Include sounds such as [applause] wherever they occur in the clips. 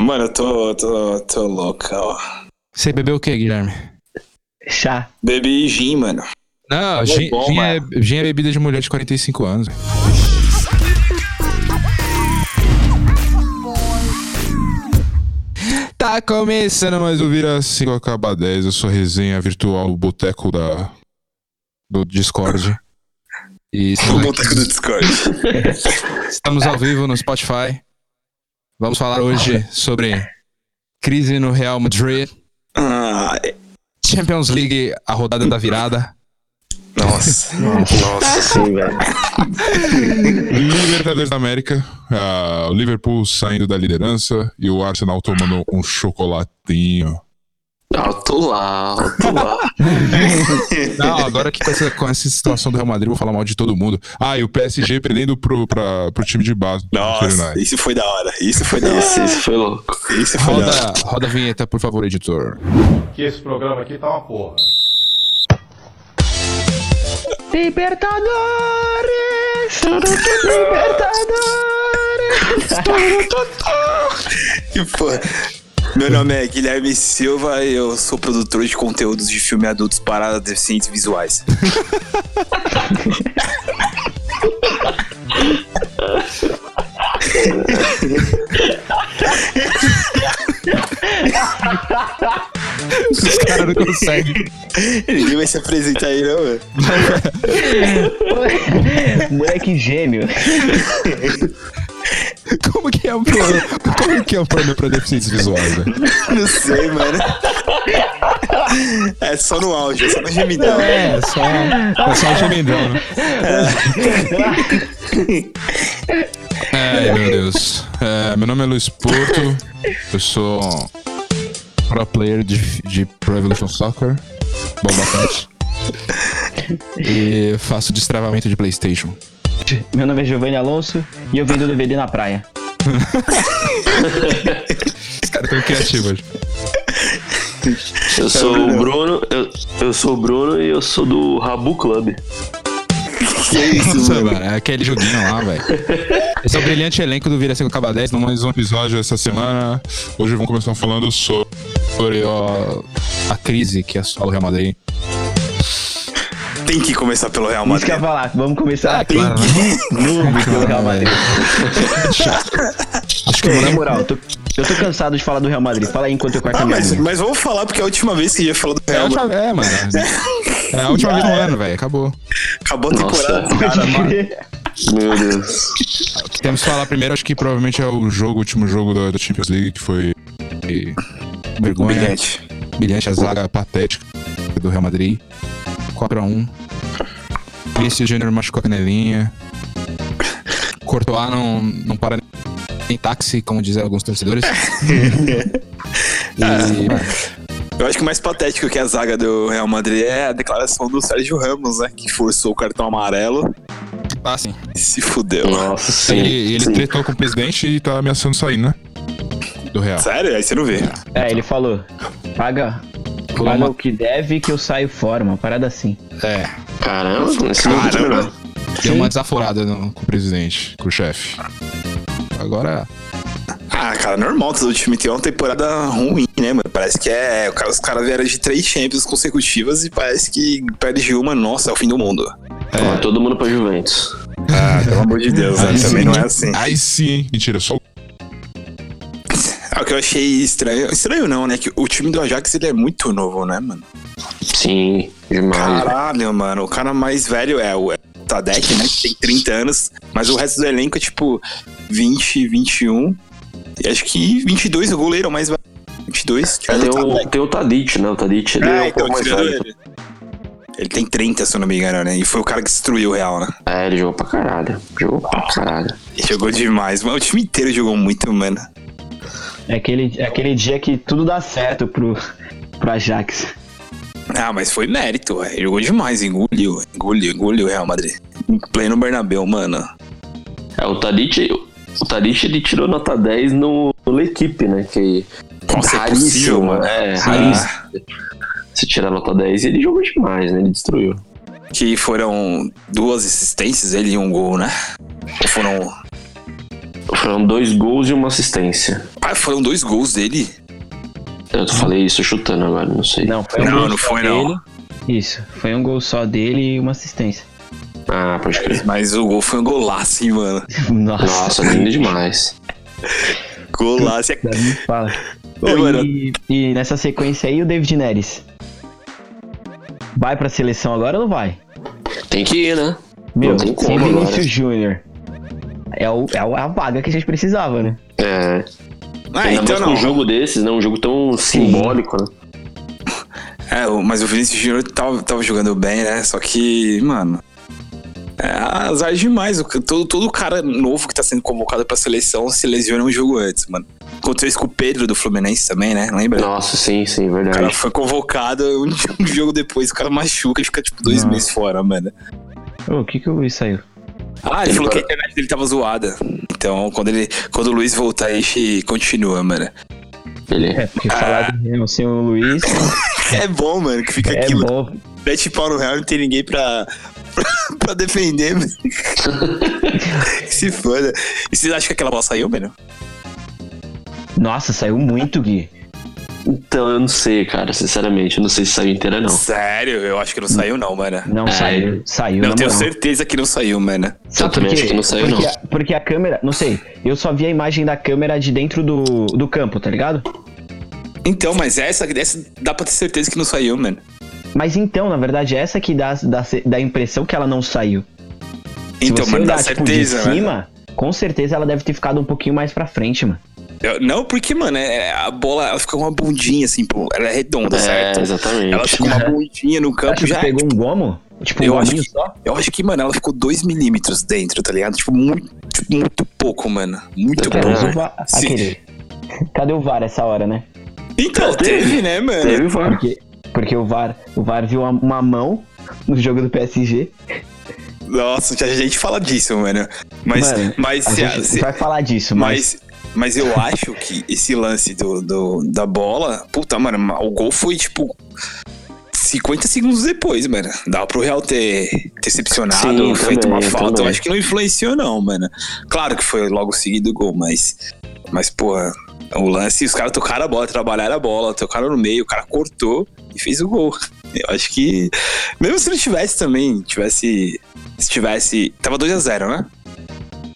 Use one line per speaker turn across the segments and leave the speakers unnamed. Mano, eu tô, tô, tô louco, ó.
Você bebeu o que, Guilherme?
Chá.
Bebi gin, mano.
Não,
É
gin,
bom,
gin é,
mano.
gin é bebida de mulher de 45 anos. velho. Tá começando mais um Vira 5 Acaba 10, a sua resenha virtual, o boteco da, do Discord. E
O
estamos,
boteco do Discord.
estamos ao vivo no Spotify. Vamos falar hoje sobre crise no Real Madrid,
Ah,
Champions League, a rodada da virada,
nossa.
Nossa, sim, velho.
Libertadores da América, ah, o Liverpool saindo da liderança e o Arsenal tomando um chocolatinho.
Alto lá, alto lá.
Não, agora que com essa, com essa situação do Real Madrid, eu vou falar mal de todo mundo. Ah, e o PSG perdendo pro, pra, pro time de base. do Manchester
Nossa,
United.
isso foi da hora. Isso foi da
Esse,
hora.
esse foi louco.
Isso foi da hora.
Roda, roda a vinheta, por favor, editor.
que esse programa aqui tá uma porra.
Libertadores! Libertadores!
Que porra. Meu nome é Guilherme Silva e eu sou produtor de conteúdos de filme adultos para deficientes visuais. [laughs]
Os caras [laughs] não conseguem.
Ninguém vai se apresentar aí, não, velho.
Moleque gêmeo.
Como que é um plano? Como que é um plano pra deficientes visuais, né?
Não sei, mano. É só no áudio, é só no gemidão.
É, só, é só o gemendão, [laughs] né? Ai, meu Deus. É, meu nome é Luiz Porto, eu sou pro player de, de Pro Evolution Soccer, bom bastante. E faço destravamento de Playstation.
Meu nome é Giovanni Alonso e eu vendo DVD na praia.
Esse cara tão criativo hoje.
Eu sou o Bruno, eu, eu sou o Bruno e eu sou do Rabu Club.
Que isso,
Nossa,
mano.
mano, é aquele joguinho lá, velho. Esse é o brilhante elenco do Vira 5 Caba 10. Mais um episódio essa semana. Hoje vamos começar falando sobre ó, a crise que assola o Real Madrid.
Tem que começar pelo Real
Isso que eu ia
Madrid.
falar, vamos começar.
Tem
claro,
que.
Noob pelo Real Madrid.
Acho que
Pô, Na
o
moral, eu tô, eu tô cansado de falar do Real Madrid. Fala aí enquanto eu corto a
Ah,
minha
mas,
língua.
mas vamos falar, porque é a última vez que a gente falou do Real
Real
Madrid.
É,
[laughs]
mano. É a última vez no ano, velho. Acabou.
Acabou a temporada. [laughs]
Nossa.
Cara,
Pode crer.
Meu Deus.
Temos que falar primeiro, acho que provavelmente é o jogo, o último jogo da, da Champions League, que foi. que- Vergonha. Brilhante.
brilhante.
a zaga patética do Real Madrid. 4x1. Vinícius Júnior machucou a canelinha. Courtois não, não para nem táxi, como dizem alguns
[laughs]
torcedores.
Ah.
e,
Eu acho que o mais patético que é a zaga do Real Madrid é a declaração do Sérgio Ramos, né? Que forçou o cartão amarelo
ah, sim.
e se fudeu.
Nossa, sim.
ele ele
sim.
tretou com o presidente e tá ameaçando sair, né? Do Real.
Sério? Aí você não vê.
É, ele falou. Paga. Paga o que deve que eu saio fora, uma parada assim.
É.
Caramba, esse não é
Caramba.
melhor.
Deu uma desaforada no- com o presidente, com o chefe. Agora.
Ah, cara, normal, todo time tem uma temporada ruim, né, mano? Parece que é. o cara- Os caras vieram de três Champions consecutivas e parece que perde de uma, nossa, é o fim do mundo.
Ó, todo mundo pra Juventus.
Ah, pelo amor de Deus, né?
Aí
Também
sim.
não é assim.
Aí sim, mentira, só.
Ah, o que eu achei estranho. Estranho não, né? Que o time do Ajax ele é muito novo, né, mano?
Sim, demais.
Caralho, mano. O cara mais velho é o é o Tadek, né? Que tem 30 anos. Mas o resto do elenco é tipo 20, 21. E acho que 22 é o goleiro mais velho. 22. tirando
Tem
o Tadek.
É, o, tem o Tadic, né? O Tadic ele é,
tá É,
um
então,
pouco mais
tirando
velho.
ele. Ele tem 30, se eu não me engano, né? E foi o cara que destruiu o Real, né?
É, ele jogou pra caralho. Jogou pra caralho.
E jogou demais. Mas o time inteiro jogou muito, mano.
É aquele, é aquele dia que tudo dá certo pro, pro Ajax.
Ah, mas foi mérito, ué. Ele Jogou demais, engoliu, engoliu, engoliu o Real Madrid. Em pleno Bernabéu, mano.
É, o Tadic, o Tadic ele tirou nota 10 no, no L'Equipe, né? Que
Nossa, é possível,
raríssimo,
mano.
É,
Ah.
raríssimo. Se tirar nota 10, ele jogou demais, né? Ele destruiu.
Que foram duas assistências, ele e um gol, né? Ou foram.
Foram dois gols e uma assistência.
Ah, foram dois gols dele?
Eu falei isso chutando agora, não sei.
Não, foi um
Não,
gol
não
só
foi,
dele.
não.
Isso, foi um gol só dele e uma assistência. [laughs]
Ah, pode crer.
Mas o gol foi um golaço, hein, mano.
Nossa,
Nossa, lindo demais.
Golaço. é-
nem
[laughs]
fala.
Ô, mano.
E, e nessa sequência aí, o David Neres. Vai pra seleção agora ou não vai?
Tem que ir, né?
Meu,
Não tem
sem
como
Vinícius Júnior. É, o, é a vaga que a gente precisava, né?
É.
Ah,
Ainda
então
mais com
não.
um jogo desses, né? Um jogo tão simbólico, né?
É, o- mas o Vinícius Júnior tava, tava jogando bem, né? Só que, mano. É azar demais. O c- Todo, todo cara novo que tá sendo convocado pra seleção se lesiona um jogo antes, mano. Aconteceu isso com o Pedro do Fluminense também, né? Lembra?
Nossa, sim, sim,
O cara
verdade.
foi convocado [laughs] um um jogo depois, o cara machuca e fica tipo dois
Nossa.
meses fora, mano.
Ô, o que que o Luiz saiu?
Ah, ele,
Ele
falou
parou.
que a internet dele tava zoada. Então, quando ele. Quando o Luiz voltar, a gente continua, mano.
Ele
É, porque
Ah.
falar do Remo sem o
[laughs]
Luiz
É bom, mano, que fica
é
aquilo.
bom.
Mete pau no Real, não tem ninguém pra, [laughs] pra, pra defender,
[laughs]
mano. Se foda. E vocês acham que aquela bola saiu, mano?
Nossa, saiu muito, Gui.
Então, eu não sei, cara, sinceramente. Eu não sei se saiu inteira, não.
Sério, eu acho que não saiu, não, mano.
Não
É.
saiu, saiu.
Não,
na
tenho
moral.
certeza que não saiu, mano.
Eu também
por quê?
acho que não saiu,
porque
não.
A, porque a câmera, não sei, eu só vi a imagem da câmera de dentro do, do campo, tá ligado?
Então, mas essa, essa dá pra ter certeza que não saiu, mano.
Mas então, na verdade, essa que dá, dá, dá a impressão que ela não saiu. Se
Então,
você
mano, dá
olhar, tipo,
certeza, né?
de
mano.
cima, com certeza ela deve ter ficado um pouquinho mais pra frente, mano.
Eu- não, porque, mano, é- a bola ela fica com uma bundinha, assim, pô. Ela é redonda,
É,
certo?
exatamente.
Ela tá ficou uma bundinha no campo
né? Acho que
já.
pegou um gomo, tipo, um
Eu acho
gominho
que-
só.
Eu acho que, mano, ela ficou 2 milímetros dentro, tá ligado? Tipo, muito, tipo, muito pouco, mano. Muito
Tá
pouco.
Cadê o
bom.
va-
um Sim.
Aquele. [laughs] Cadê o VAR essa hora, né?
Então,
Teve.
teve, né, mano?
Teve VAR.
Porque, porque o, VAR, o VAR viu uma, uma mão no jogo do PSG.
Nossa, a gente fala disso, mano. Mas,
Mano,
mas,
A
se,
gente
se-
vai falar disso, mas,
mas, mas eu acho que esse lance do, do- da bola. Puta, mano, o gol foi tipo. 50 segundos depois, mano. Dava pro Real ter decepcionado,
Sim,
feito
também,
uma falta.
também.
Eu acho que não influenciou, não, mano. Claro que foi logo seguido o gol, mas. Mas, porra, o lance, os caras tocaram a bola, trabalharam a bola, tocaram no meio, o cara cortou e fez o gol. Eu acho que. Mesmo se não tivesse também, tivesse. Se tivesse. Tava 2x0, né?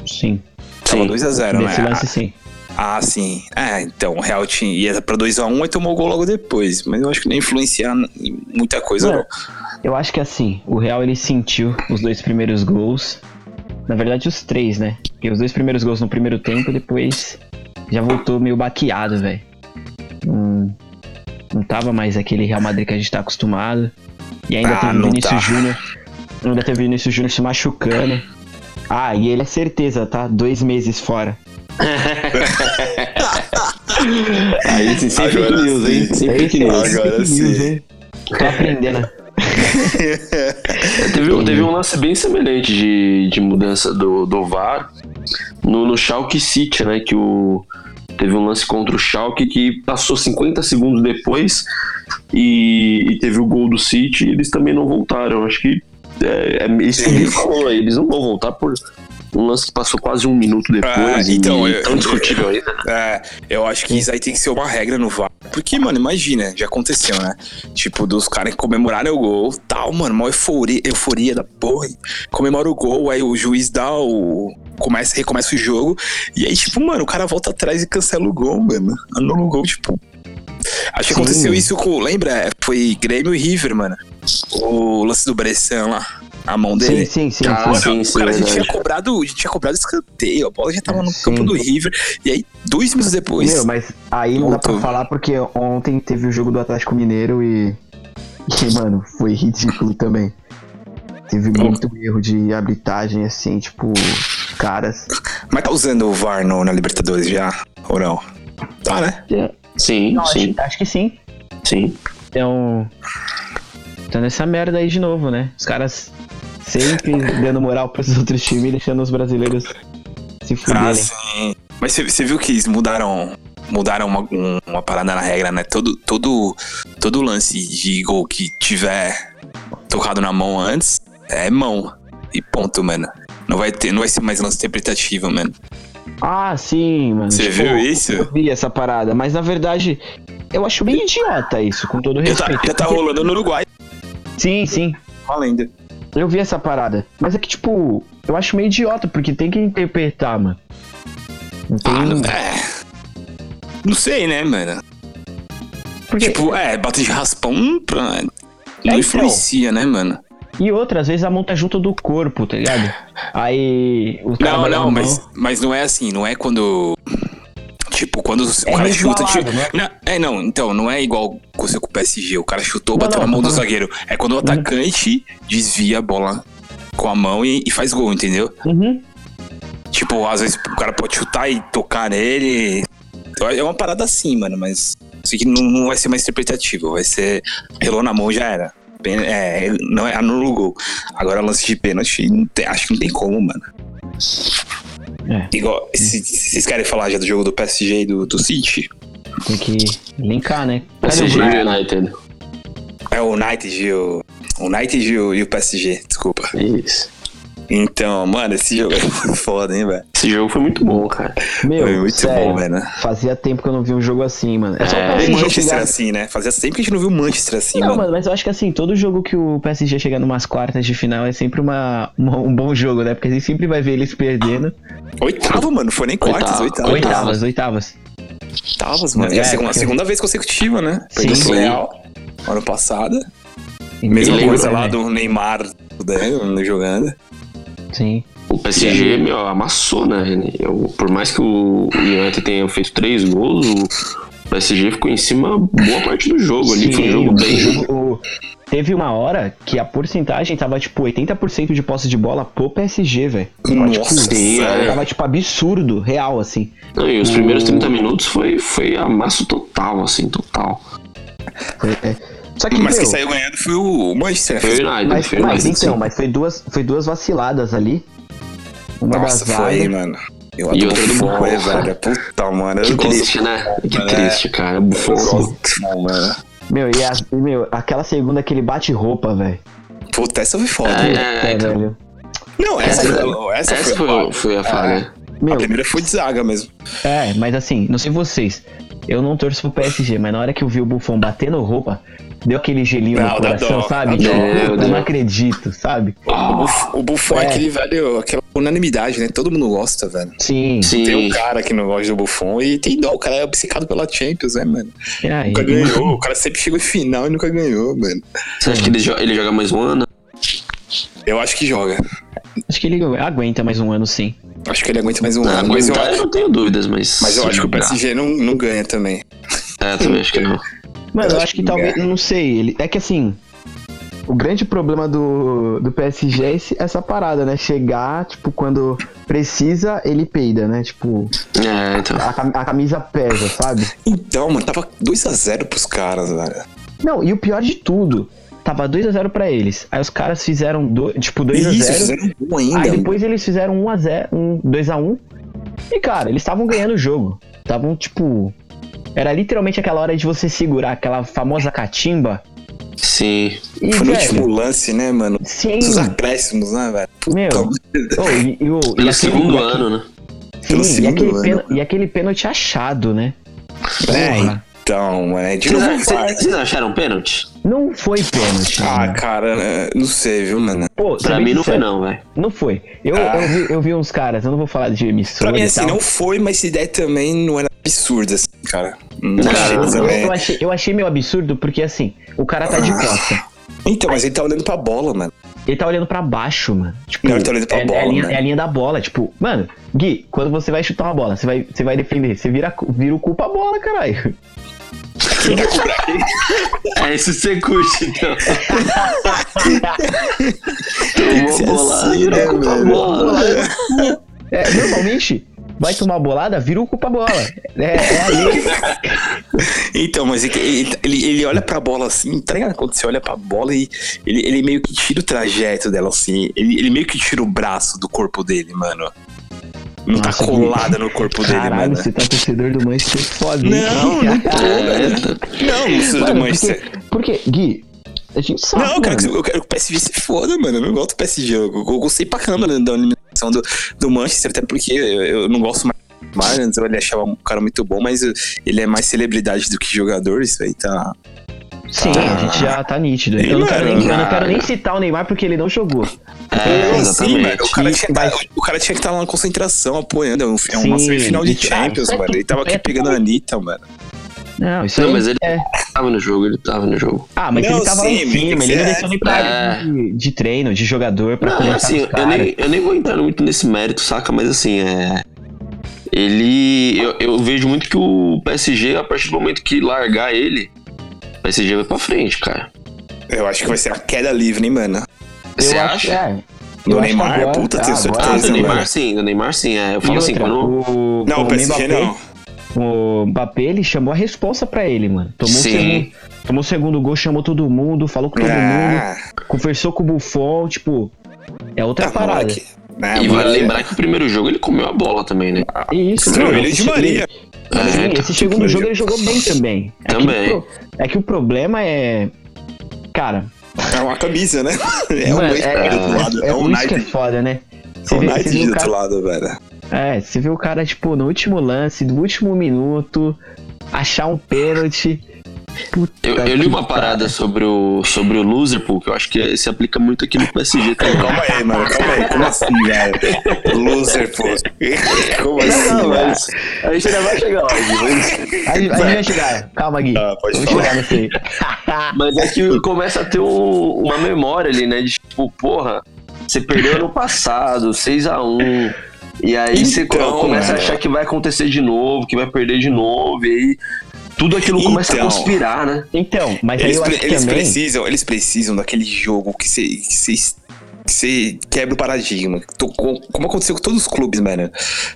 sim.
Tava
Sim.
2x0, né?
Nesse lance, sim.
Ah, sim. É, então, o Real tinha, ia pra 2x1 e tomou gol logo depois. Mas eu acho que não ia influenciar em muita coisa,
Não.
não.
Eu acho que assim, o Real ele sentiu os dois primeiros gols. Na verdade, os três, né? Porque os dois primeiros gols no primeiro tempo, depois já voltou meio baqueado, velho. Não, não tava mais aquele Real Madrid que a gente tá acostumado. E ainda
Ah,
teve o
não
Vinícius
tá.
Júnior. Ainda teve o Vinícius Júnior se machucando. Ah, e ele é certeza, tá? Dois meses fora.
Aí sim, sem fake
Agora
news, hein?
sim.
Sem fake
Esse é
news.
esse
Agora
fake news,
sim.
hein? Tô aprendendo.
Teve, teve um lance bem semelhante de, de mudança do, do VAR no, no Schalke City, né? Que o, teve um lance contra o Schalke que passou 50 segundos depois e, e teve o gol do City e eles também não voltaram. Acho que é, é isso que ele falou, eles não vão voltar por um lance que passou quase um minuto depois
Ah,
e,
então,
e
eu-
tão discutível né? ainda.
É, eu acho que isso aí tem que ser uma regra no VAR. Porque, mano, imagina, já aconteceu, né? Tipo, dos caras que comemoraram o gol, tal, mano, maior euforia, euforia da porra. Comemora o gol, aí o juiz dá o. Começa, recomeça o jogo. E aí, tipo, mano, o cara volta atrás e cancela o gol, mano. Anula o gol, tipo. Acho que
Sim.
aconteceu isso com. Lembra? Foi Grêmio e River, mano. O lance do Bressan lá. A mão dele.
Sim, sim, sim.
Ah,
sim.
sim,
O
sim,
cara, a gente
verdade.
tinha cobrado, a gente tinha cobrado escanteio, a bola já tava no
Sim.
campo do River, e aí, dois minutos depois,
Meu, mas aí não dá pra
Voltou.
falar porque ontem teve o jogo do Atlético Mineiro e. E, mano, foi ridículo também. Teve muito erro de arbitragem, assim, tipo, caras.
mas tá usando o VAR no- na Libertadores já, ou não? Tá, né?
Sim,
Não,
sim,
acho, acho que sim.
sim.
Então. Tá nessa merda aí de novo, né? Os caras sempre dando moral pros outros times e deixando os brasileiros se
Ah,
fuderem.
sim. Mas você- você viu que eles mudaram, mudaram uma, um- uma parada na regra, né? Todo, todo, todo lance de gol que tiver tocado na mão antes, é mão. E ponto, mano. Não vai, ter, não vai ser mais lance interpretativo, mano.
Ah, sim, mano. Tipo,
Você viu isso?
Eu vi essa parada, mas na verdade eu acho bem idiota isso, com todo
Já tá,
respeito.
já tá
Porque-
rolando no Uruguai.
Sim, sim.
Uma lenda.
Eu vi essa parada. Mas é que, tipo, eu acho meio idiota, porque tem que interpretar, mano. Não tem-
Ah, não, é. Não sei, né, mano?
porque-
Tipo, é, bota de raspão pra...
então.
não influencia, né, mano?
E outra, às vezes a mão tá junto do corpo, tá ligado? Aí. O cara
Não,
vai dar a
não,
mão.
mas, mas não é assim, não é quando. Tipo, quando o
É
cara chuta.
resbalado,
Tipo,
né?
não, é, não, então, não é igual aconteceu com o PSG. O cara chutou,
Não,
bateu
não,
na mão
tô
do
falando-
zagueiro. É quando o atacante desvia a bola com a mão e, e faz gol, entendeu?
Uhum.
Tipo, às vezes o cara pode chutar e tocar nele. Então, É uma parada assim, mano, mas. Isso aqui não, não vai ser mais interpretativo, vai ser. Relou na mão já era. Pen- É, não é, anula o gol. Agora é lance de pênalti, não tem- acho que não tem como, mano. Igual, se, se vocês querem falar já do jogo do PSG e do, do City?
Tem que linkar, né?
PSG
Cara, eu-
United. né?
É o United e o, o, United e o, e o PSG, desculpa.
Isso.
Então, mano, esse jogo é [laughs] foda, hein, velho?
Esse jogo foi muito bom, cara.
Meu,
Foi é muito
sério, É.
bom, velho.
Fazia tempo que eu não vi um jogo assim, mano. É só o
É,
O
PSG
Manchester
chegar-
assim, né? Fazia sempre que a gente não viu o Manchester assim,
Não,
mano.
mano, mas eu acho que assim, todo jogo que o PSG chegar numas quartas de final é sempre uma, uma- um bom jogo, né? Porque a gente sempre vai ver eles perdendo.
Oitavo, mano, foi nem quartas,
Oitavo.
oitavas.
Oitavas, oitavas.
Oitavas, mano. É, a
É,
segunda,
porque-
segunda vez consecutiva, né?
Sim,
Perdeu
sim.
o Real ano passado.
E
Mesma
lembra,
coisa lá
né?
do Neymar né, jogando.
Sim.
O PSG, meu, amassou, né, René? Eu- por mais que o United tenha feito três gols, o PSG ficou em cima boa parte do jogo ali. foi um jogo
o
bem jogado.
jogo- o- Teve uma hora que a porcentagem tava tipo 80% de posse de bola pro PSG, velho. Tava, tipo,
Nossa,
sim,
sério.
Tava tipo absurdo, real, assim.
Não, e os primeiros 30 minutos foi, foi amasso total, assim, total.
É, é. Só que,
Mas
meu,
quem saiu ganhando foi o Manchester. né?
Foi o United,
mas,
foi o
mas
United.
então,
sim.
mas foi duas, foi duas vaciladas ali. Uma
Nossa,
das
foi, né? mano. Eu
E
adoro
outra do
futebol,
Buffon.
velho. Puta, mano. Eu
Que
gosto
triste, né? Que
um É.
triste, cara.
Eu
Buffon.
gosto de futebol, mano.
Meu, e, as- e, meu, aquela segunda que ele bate roupa, velho.
Puta, essa foi foda.
É,
É,
então.
velho.
Não, essa,
Essa-
foi, essa,
Essa
foi, É.
foi, foi a falha.
A
Meu,
primeira foi de zaga mesmo.
é, mas assim, não sei vocês. Eu não torço pro PSG, mas na hora que eu vi o Buffon batendo roupa, deu aquele gelinho
Não,
no
dá
coração,
dó,
sabe?
dá
Tipo,
dó.
eu
Dá dó.
não acredito, sabe?
Ah,
O Buff- O Ah, Buffon é
É.
aquele velho, aquela unanimidade, né? Todo mundo gosta, velho.
Sim.
Sim.
Tem um cara que não gosta do Buffon e tem dó. O cara é obcecado pela Champions, né, mano?
É,
Uhum.
Nunca
e-
ganhou. O cara sempre chegou em final e nunca ganhou, mano.
Você acha que ele, jo- ele joga mais um ano?
Eu acho que joga.
Acho que ele aguenta mais um ano, sim.
Acho que ele aguenta mais um
Ah,
ano. Mas eu,
tá, eu
acho,
não tenho dúvidas, mas. Ah,
mas eu acho que o PSG não, não ganha também.
É, também acho que não.
Mano,
Eu
eu
acho
acho
que
que talvez. Não sei, ele. É que assim. O grande problema do, do PSG é esse- essa parada, né? Chegar, tipo, quando precisa, ele peida, né? Tipo,
É, então.
a, cam- a camisa pesa, sabe?
Então, mano, tava 2x0 pros caras, velho.
Não, e o pior de tudo, tava 2x0 pra eles. Aí os caras fizeram, do, tipo,
Isso,
2x0.
fizeram um ainda.
Aí
mano.
depois eles fizeram 1x0, um 2x1. E, cara, eles estavam ganhando o jogo. Estavam, tipo. Era literalmente aquela hora de você segurar aquela famosa catimba.
Sim.
E,
Foi no
velho,
último lance, né, mano?
sim.
Os acréscimos, né, velho? Puta,
Meu,
mano.
Oh, e, e o- e
Pelo
é
aquele-
segundo
e aquele-
ano, né?
pelo
sim, e
segundo
aquele,
ano.
pênalti- e aquele pênalti achado, né?
É, então, mano, é de
Vocês,
novo
a-
VAR.
um vocês- vocês acharam um pênalti?
Não foi pênalti.
Ah,
né?
cara, né, não sei, viu, mano?
Pô, ser
Pra
bem
mim não foi,
sincero,
não, velho.
Não foi. Eu,
Ah.
eu, vi, eu vi uns caras, eu não vou falar de emissora
Pra mim,
e
assim,
tal.
não foi, mas se der também não era absurdo, assim, cara. Não
Não,
achei
não,
Eu,
também. Ah.
eu achei, eu achei meio absurdo porque, assim, o cara tá de costa.
Então, mas ele tá olhando pra bola, mano.
Ele tá olhando pra baixo, mano. Tipo,
Não, ele tá olhando pra
é,
bola,
é, a linha,
né?
é a linha da bola. Tipo, mano, Gui, quando você vai chutar uma bola, você vai, você vai defender, você vira, vira o cu pra bola, caralho.
Ele tá cobrando.
É, isso você curte, então.
Tem que ser
Tomou bola.
assim, né,
virou culpa
velho?
bola.
É, normalmente, vai tomar bolada, vira o cu pra bola. É,
[laughs]
é a linha.
Então, mas é que ele, ele, ele olha pra bola assim, tá ligado? Quando você olha pra bola e ele, ele meio que tira o trajeto dela, assim. Ele, ele meio que tira o braço do corpo dele, mano. Não
Nossa,
tá colada no corpo dele,
Caralho,
mano.
você tá torcedor do Manchester foda. hein?
Não, não tô, velho. Não, não sou do
Mano,
Manchester.
Porque, porque, Gui, a gente sabe.
Não, eu quero,
mano.
que, eu quero que o PSG se foda, mano. Eu não gosto do PSG. Eu, eu gostei pra caramba da eliminação do, do Manchester, até porque eu, eu não gosto mais Marlins, eu ele achava um cara muito bom, mas ele é mais celebridade do que jogador, isso aí tá.
Sim,
Ah.
a gente já tá nítido.
Ele
Eu não, quero
era
nem, eu não
nada.
quero nem citar o Neymar porque ele não jogou.
É,
Sim,
exatamente.
velho, assim, o, cara
Isso
tinha que
vai-
tá- o cara tinha que estar lá na concentração apoiando. É um- é uma
Sim,
semifinal
ele
de
tá-
Champions, mano. Ele tava aqui pegando a Anitta, mano.
Não, isso
Não,
aí
mas ele-
é-
Tava no jogo, ele tava no jogo.
Ah, mas
Não,
ele tava lá
sim,
em cima,
mas
ele não
é-
deixou nem pra
é.
de, de treino, de jogador, pra
Não,
conversar
assim,
com os
eu
caras.
nem, eu nem vou entrar muito nesse mérito, saca? Mas assim, é. Ele. Eu, eu vejo muito que o PSG, a partir do momento que largar ele, o PSG vai pra frente, cara.
Eu acho que vai ser a queda livre, hein, mano.
Eu
Você
acho-
acha?
é.
Do
Eu acho que
Neymar,
agora-
puta, tenho
ah,
certeza,
Ah, do
mano.
Neymar sim, do Neymar sim. É, eu
E
falo assim,
outra,
quando.
o,
Não, o PSG
Mbappé,
não.
O Mbappé, ele chamou a responsa pra ele, mano. Tomou o
Sim.
segundo, tomou o segundo gol, chamou todo mundo, falou com todo mundo,
Ah,
conversou com o Buffon, tipo... É outra
tá
parada.
moleque. Né,
E vale
moleque.
lembrar que o primeiro jogo ele comeu a bola também, né?
E isso,
Estranho,
mano,
ele é
esse
de Maria.
Mas, assim, esse segundo jogo ele jogou bem também. É que
É, Também.
o pro- é que o problema é... Cara,
É uma camisa, né? [laughs] É um
mano,
Nike
é,
do outro lado.
é,
É um
isso que é
Nike.
foda, né?
É
Você
um
vê- você
Nike
vê
do
o cara-
outro lado, velho.
É, você vê o cara, tipo, no último lance, no último minuto, achar um pênalti. Puta
Eu, eu li uma parada sobre o, sobre o Loserpool, que eu acho que se aplica muito aqui no [laughs] PSG também.
Calma aí, mano. Calma aí. Como assim, velho? Loser, pô. Como assim, velho?
é.
A gente ainda vai chegar lá.
que- Aí, aí vai chegar. Calma, Gui.
Ah, pode
Vou
falar.
chegar nesse aí.
[laughs]
Mas é que começa a ter um- uma memória ali, né? De tipo, porra, você perdeu ano passado, 6x1. E aí você co-
Então,
começa a
é.
achar que vai acontecer de novo, que vai perder de novo, e aí tudo aquilo começa a
Então.
conspirar, né?
Então, mas aí
Eles,
eu acho
pre-
que
eles
também.
precisam, eles precisam daquele jogo que você que você es- que você quebra o paradigma. Tô com- Como aconteceu com todos os clubes, mano.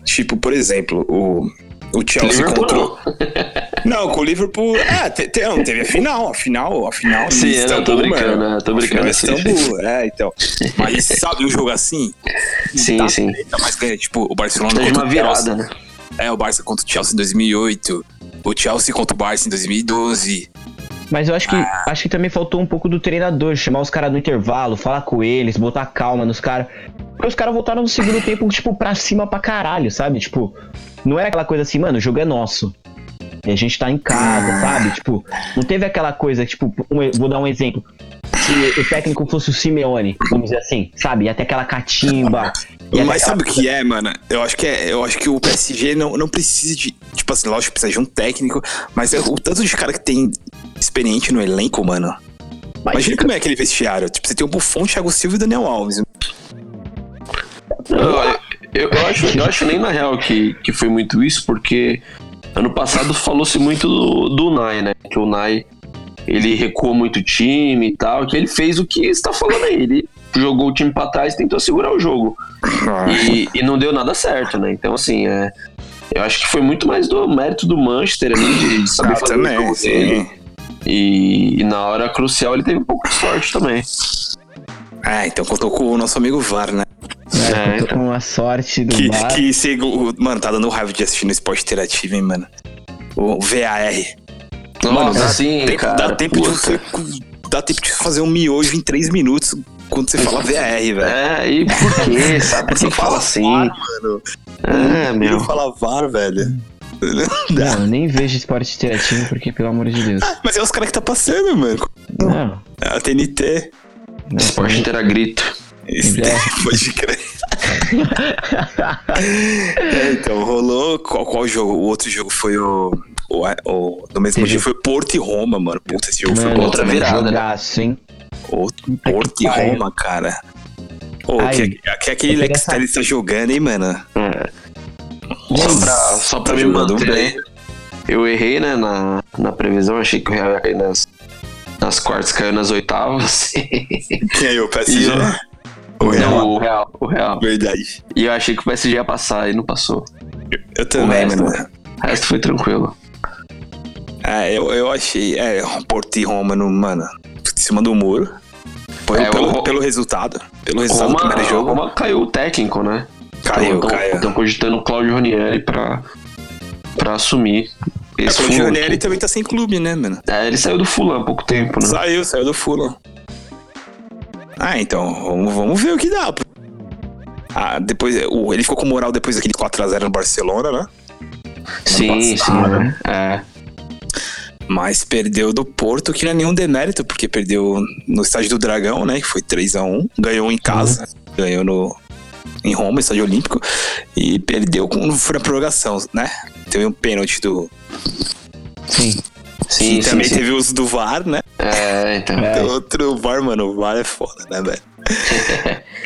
Tipo, por exemplo, o, o Chelsea
Liverpool
contra.
não.
Não, com o Liverpool. É, te, te- não, teve a final, a final, a final. em
Sim, é, não, tô brincando,
mano.
né? Tô
A
brincando,
final em
sim,
Istambul, é, então.
[laughs]
Mas sabe um jogo assim?
Sim,
Tá,
sim.
Tá mais ganha, tipo, o Barcelona
Teve
contra
uma
o Chelsea.
virada, né?
É, o Barça contra o Chelsea em 2008. O Chelsea contra o Barça em 2012.
Mas eu acho que
Ah.
acho que também faltou um pouco do treinador, chamar os caras no intervalo, falar com eles, botar calma nos caras. Porque os caras voltaram no segundo tempo, tipo, pra cima pra caralho, sabe? Tipo, não era aquela coisa assim, mano, o jogo é nosso. E a gente tá em
Ah.
casa, sabe? Tipo, não teve aquela coisa, tipo, um e- vou dar um exemplo. Se o técnico fosse o Simeone, vamos dizer assim, sabe? Ia ter aquela catimba. ia ter
Mas
aquela
sabe o que é, mano? Eu acho que é, eu acho que o PSG não, não precisa de. Tipo assim, lógico, precisa de um técnico, mas é o tanto de cara que tem experiente no elenco, mano.
Mas-
Imagina como é aquele vestiário. Tipo, você tem o Buffon, Thiago Silva e Daniel Alves.
Eu, eu acho, eu acho nem na real que, que foi muito isso, porque ano passado falou-se muito do, do Nai, né? Que o Nai ele recuou muito o time e tal, que ele fez o que você tá falando aí. Ele jogou o time pra trás e tentou segurar o jogo. Ah, E, e não deu nada certo, né? Então, assim, é, eu acho que foi muito mais do mérito do Manchester ali, de, de saber
Ah,
fazer o
também,
jogo
sim.
dele. E, e na hora crucial ele teve um pouco de sorte também.
Ah, então contou com o nosso amigo VAR, né?
É,
É,
eu tô com a sorte do
então. Que,
VAR.
que se- o- mano, tá dando raiva de assistir no esporte interativo, hein, mano. O VAR. Mano,
Nossa,
dá
sim,
Tempo-
cara.
dá tempo de
puta.
você. Dá tempo de fazer um miojo em 3 minutos quando você fala VAR, velho.
É, e por quê? Sabe? Você fala assim.
VAR, mano.
É, meu.
Não fala VAR, velho. [laughs]
Não, eu nem vejo esporte interativo, porque, pelo amor de Deus.
Mas é os caras que tá passando, mano.
Não.
É A TNT.
Esporte inteira grito.
Isso,
É.
[laughs] Pode crer. É, então, rolou. Qual, qual jogo? O outro jogo foi o. o, o- no mesmo
Teve-
dia foi Porto e Roma, mano. Puta, esse jogo foi
Mano,
bom
outra
também.
virada, né?
jogaço, hein?
Outro Porto e
pariu.
Roma, cara. Ô,
Ai,
que, que aquele
eu queria
Lex Telles tá jogando, hein, mano?
É. Só pra, só pra
Tá
me
jogando
manter.
bem.
aí, Eu errei, né, na, na previsão. Achei que o Real ia cair nas, nas quartas, caiu nas oitavas.
Quem é o PSG?
E
O Real.
Não, o Real, o Real.
Verdade.
E eu achei que o PSG ia passar e não passou.
Eu também,
resto,
mano.
O resto foi tranquilo.
É, eu, eu achei. É, Porto e Roma, no, mano, em cima do muro. Pelo,
É, o
pelo,
Ro-
pelo resultado. Pelo resultado
Roma,
do primeiro jogo.
Roma caiu o técnico, né?
Caiu, caiu.
Estão cogitando o Claudio Ranieri pra, pra assumir.
É,
Esse
porque o
Fulham.
Gianelli também tá sem clube, né, mano?
É, ele saiu do Fulham há pouco tempo, né?
Saiu, saiu do Fulham. Ah, então, vamos, vamos ver o que dá. pô. Ah, depois, o- ele ficou com moral depois daquele 4x0 no Barcelona, né?
Sim, sim.
passado.
É.
Mas perdeu do Porto, que não é nenhum demérito, porque perdeu no estádio do Dragão, né? Que foi 3x1. Ganhou em casa,
Uhum.
ganhou no, em Roma, estádio olímpico. E perdeu com foi na prorrogação, né? Teve um pênalti do.
Sim.
Sim,
e
sim,
também
sim.
teve o uso do VAR, né?
É, então.
É.
Tem outro VAR, mano. O VAR é foda, né,
[laughs]
velho?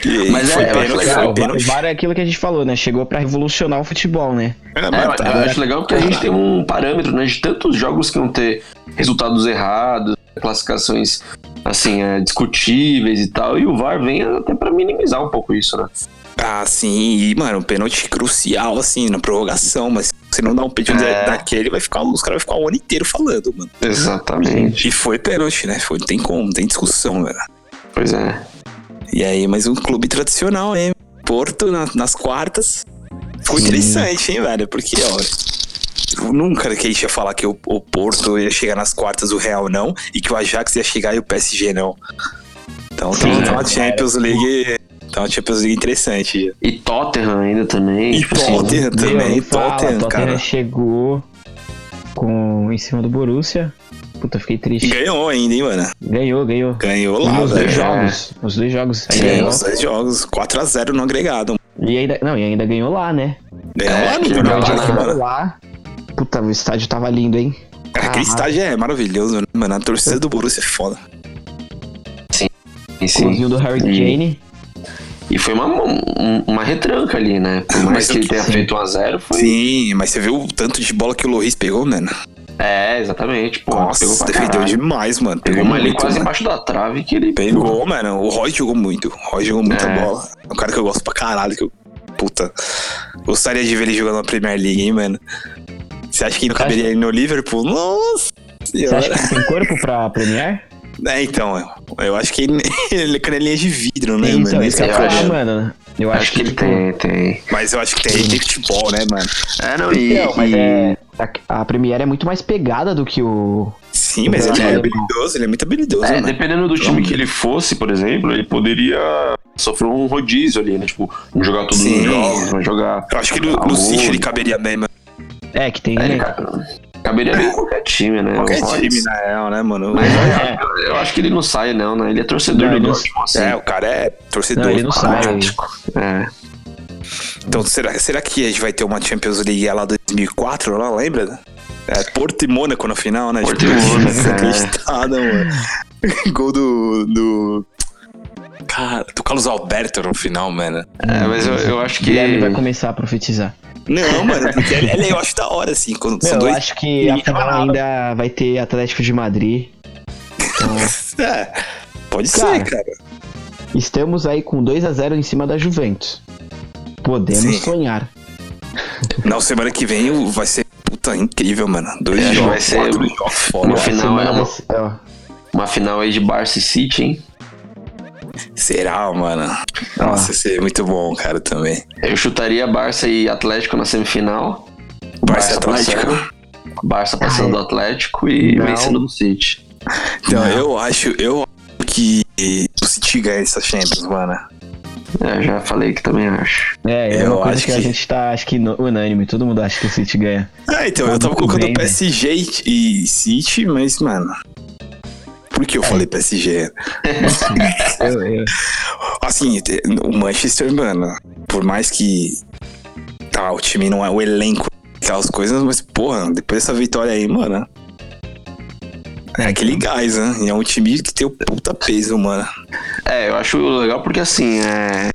E
Mas é-
foi
eu acho
pênalti,
legal,
foi
O VAR- o
pênalti.
VAR é aquilo que a gente falou, né? Chegou pra revolucionar o futebol, né?
É,
É,
mas tá.
eu acho legal porque a gente tem um parâmetro, né, de tantos jogos que vão ter resultados errados, classificações assim, é, discutíveis e tal, e o VAR vem até pra minimizar um pouco isso, né?
Ah, sim, e, mano, um pênalti crucial, assim, na prorrogação, mas se você não dá um pênalti
É.
daquele, vai ficar, os caras vão ficar o ano inteiro falando, mano.
Exatamente.
E foi pênalti, né? Foi, não tem como, não tem discussão, velho.
Pois é.
E aí, mas um clube tradicional, hein? Porto na- nas quartas. Ficou interessante, hein, velho? Porque, ó. eu Nunca que a gente ia falar que o, o Porto ia chegar nas quartas, o Real não, e que o Ajax ia chegar e o PSG não. Então tá,
Sim,
tá uma
né?
Champions League. Tá uma Champions League interessante.
E Tottenham ainda também.
E
tipo assim,
Tottenham
Meu,
também,
nem fala,
Tottenham, cara.
chegou com, em cima do Borussia. Puta, fiquei
E
triste.
ganhou ainda, hein, mano?
Ganhou, ganhou.
Ganhou lá,
Ganhou os dois
velho.
jogos. Os dois jogos. Aí
Ganhou
ganhou.
os dois jogos. 4x0 no agregado.
E ainda, não, e ainda ganhou lá, né?
Ganhou
É,
lá no
que jogou
Bernabéu,
lá,
né,
Ganhou
mano.
lá. Puta, o estádio tava lindo, hein?
Cara, aquele
Caralho.
estágio é maravilhoso, né, mano? A torcida do Borussia é foda.
sim.
Golzinho do Harry
E-
Kane.
E foi uma, um- uma retranca ali, né? Por mais
Mas
que ele
eu-
tenha
sim.
feito 1x0, foi.
Sim, mas você viu o tanto de bola que o Loris pegou, mano?
É, exatamente. Pô,
Nossa,
pegou pra
defendeu
caralho.
demais, mano.
Pegou
Pegou
uma ali
muito,
quase
mano.
embaixo da trave que ele
Pegou, mano. O Roy jogou muito. O Roy jogou muita
É.
bola. É um cara que eu gosto pra caralho. Que eu... Puta. Gostaria de ver ele jogando na Premier League, hein, mano? Você acha que não
Você acha-
caberia ele no Liverpool? Nossa
Você
senhora.
acha que ele tem corpo pra Premier?
É, então, eu- eu acho que ele, [laughs] ele é canelinha de vidro, né, mano?
então,
Esse
isso
que
que eu
é
ia
o
falar,
problema.
mano. Eu
Acho,
acho,
que é, ele
tipo,
tem, tem.
Mas eu acho que tem, ele tem futebol, né, mano?
É, não, e.
Não, Então, mas
e-
é, a, a Premier é muito mais pegada do que o.
Sim, mas ele é
Não.
habilidoso, ele é muito habilidoso,
É,
mano.
dependendo do time que ele fosse, por exemplo, ele poderia sofrer um rodízio ali, né? Tipo, não jogar todos
Sim.
os jogos, vai jogar.
Eu acho que no,
Raul.
no City ele caberia bem, mano.
É, que tem.
É, ele
né?
ca- caberia bem em qualquer time, né?
Qualquer
O Royce.
time, na real, né, mano?
Mas eu,
É.
acho- eu acho que ele não sai, não, né? Ele é torcedor
Não,
do
ele não-
Dortmund, assim.
É, o cara é torcedor.
Não, ele não sai.
fanático. É.
Então, será, será que a gente vai ter uma Champions League lá 2004, lá, lembra? É, Porto e Mônaco na final, né?
Porto
Tipo,
e Mônaco,
[laughs]
é.
desacreditado, mano. [laughs] Gol do, do... Cara, do Carlos Alberto no final, mano.
É, mas eu, eu acho
O
que.
Guilherme vai começar a profetizar.
Não, mano, porque ele- ele eu acho da hora, assim, quando
Meu,
são
eu
dois...
acho que a
Ninguém
final
fala
ainda vai ter Atlético de Madrid.
[laughs] É, pode
Cara,
ser, cara.
Estamos aí com 2 a 0 em cima da Juventus. Podemos
Sim.
sonhar.
Não, semana que vem o- vai ser, puta, incrível, mano. Dois
É, acho que
jogos,
vai ser
quatro jogos foda.
uma
A
final,
semana
é
vai
uma,
ser- ó,
uma final aí de Barça e City, hein?
Será, mano?
Ah.
Nossa, isso é muito bom, cara, também.
Eu chutaria Barça e Atlético na semifinal.
Barça
Atlético.
Atlético.
Barça passando do Atlético e
Não.
vencendo do City.
Então, eu acho, eu acho que o City ganha essa Champions, mano.
É, já falei que também acho.
É, é
Eu
uma coisa
acho
que, a
que-
gente tá, acho que no- unânime. Todo mundo acha que o City ganha.
Ah, então, eu tava
Muito
colocando
bem,
PSG e City, mas, mano. Por que eu falei PSG?
Eu, eu-
Assim, te- o Manchester, mano, por mais que. Tá, o time não é o elenco e tal, as coisas, mas, porra, depois dessa vitória aí, mano. É aquele gás, né? E é um time que tem o puta peso, mano.
É, eu acho legal porque assim, é,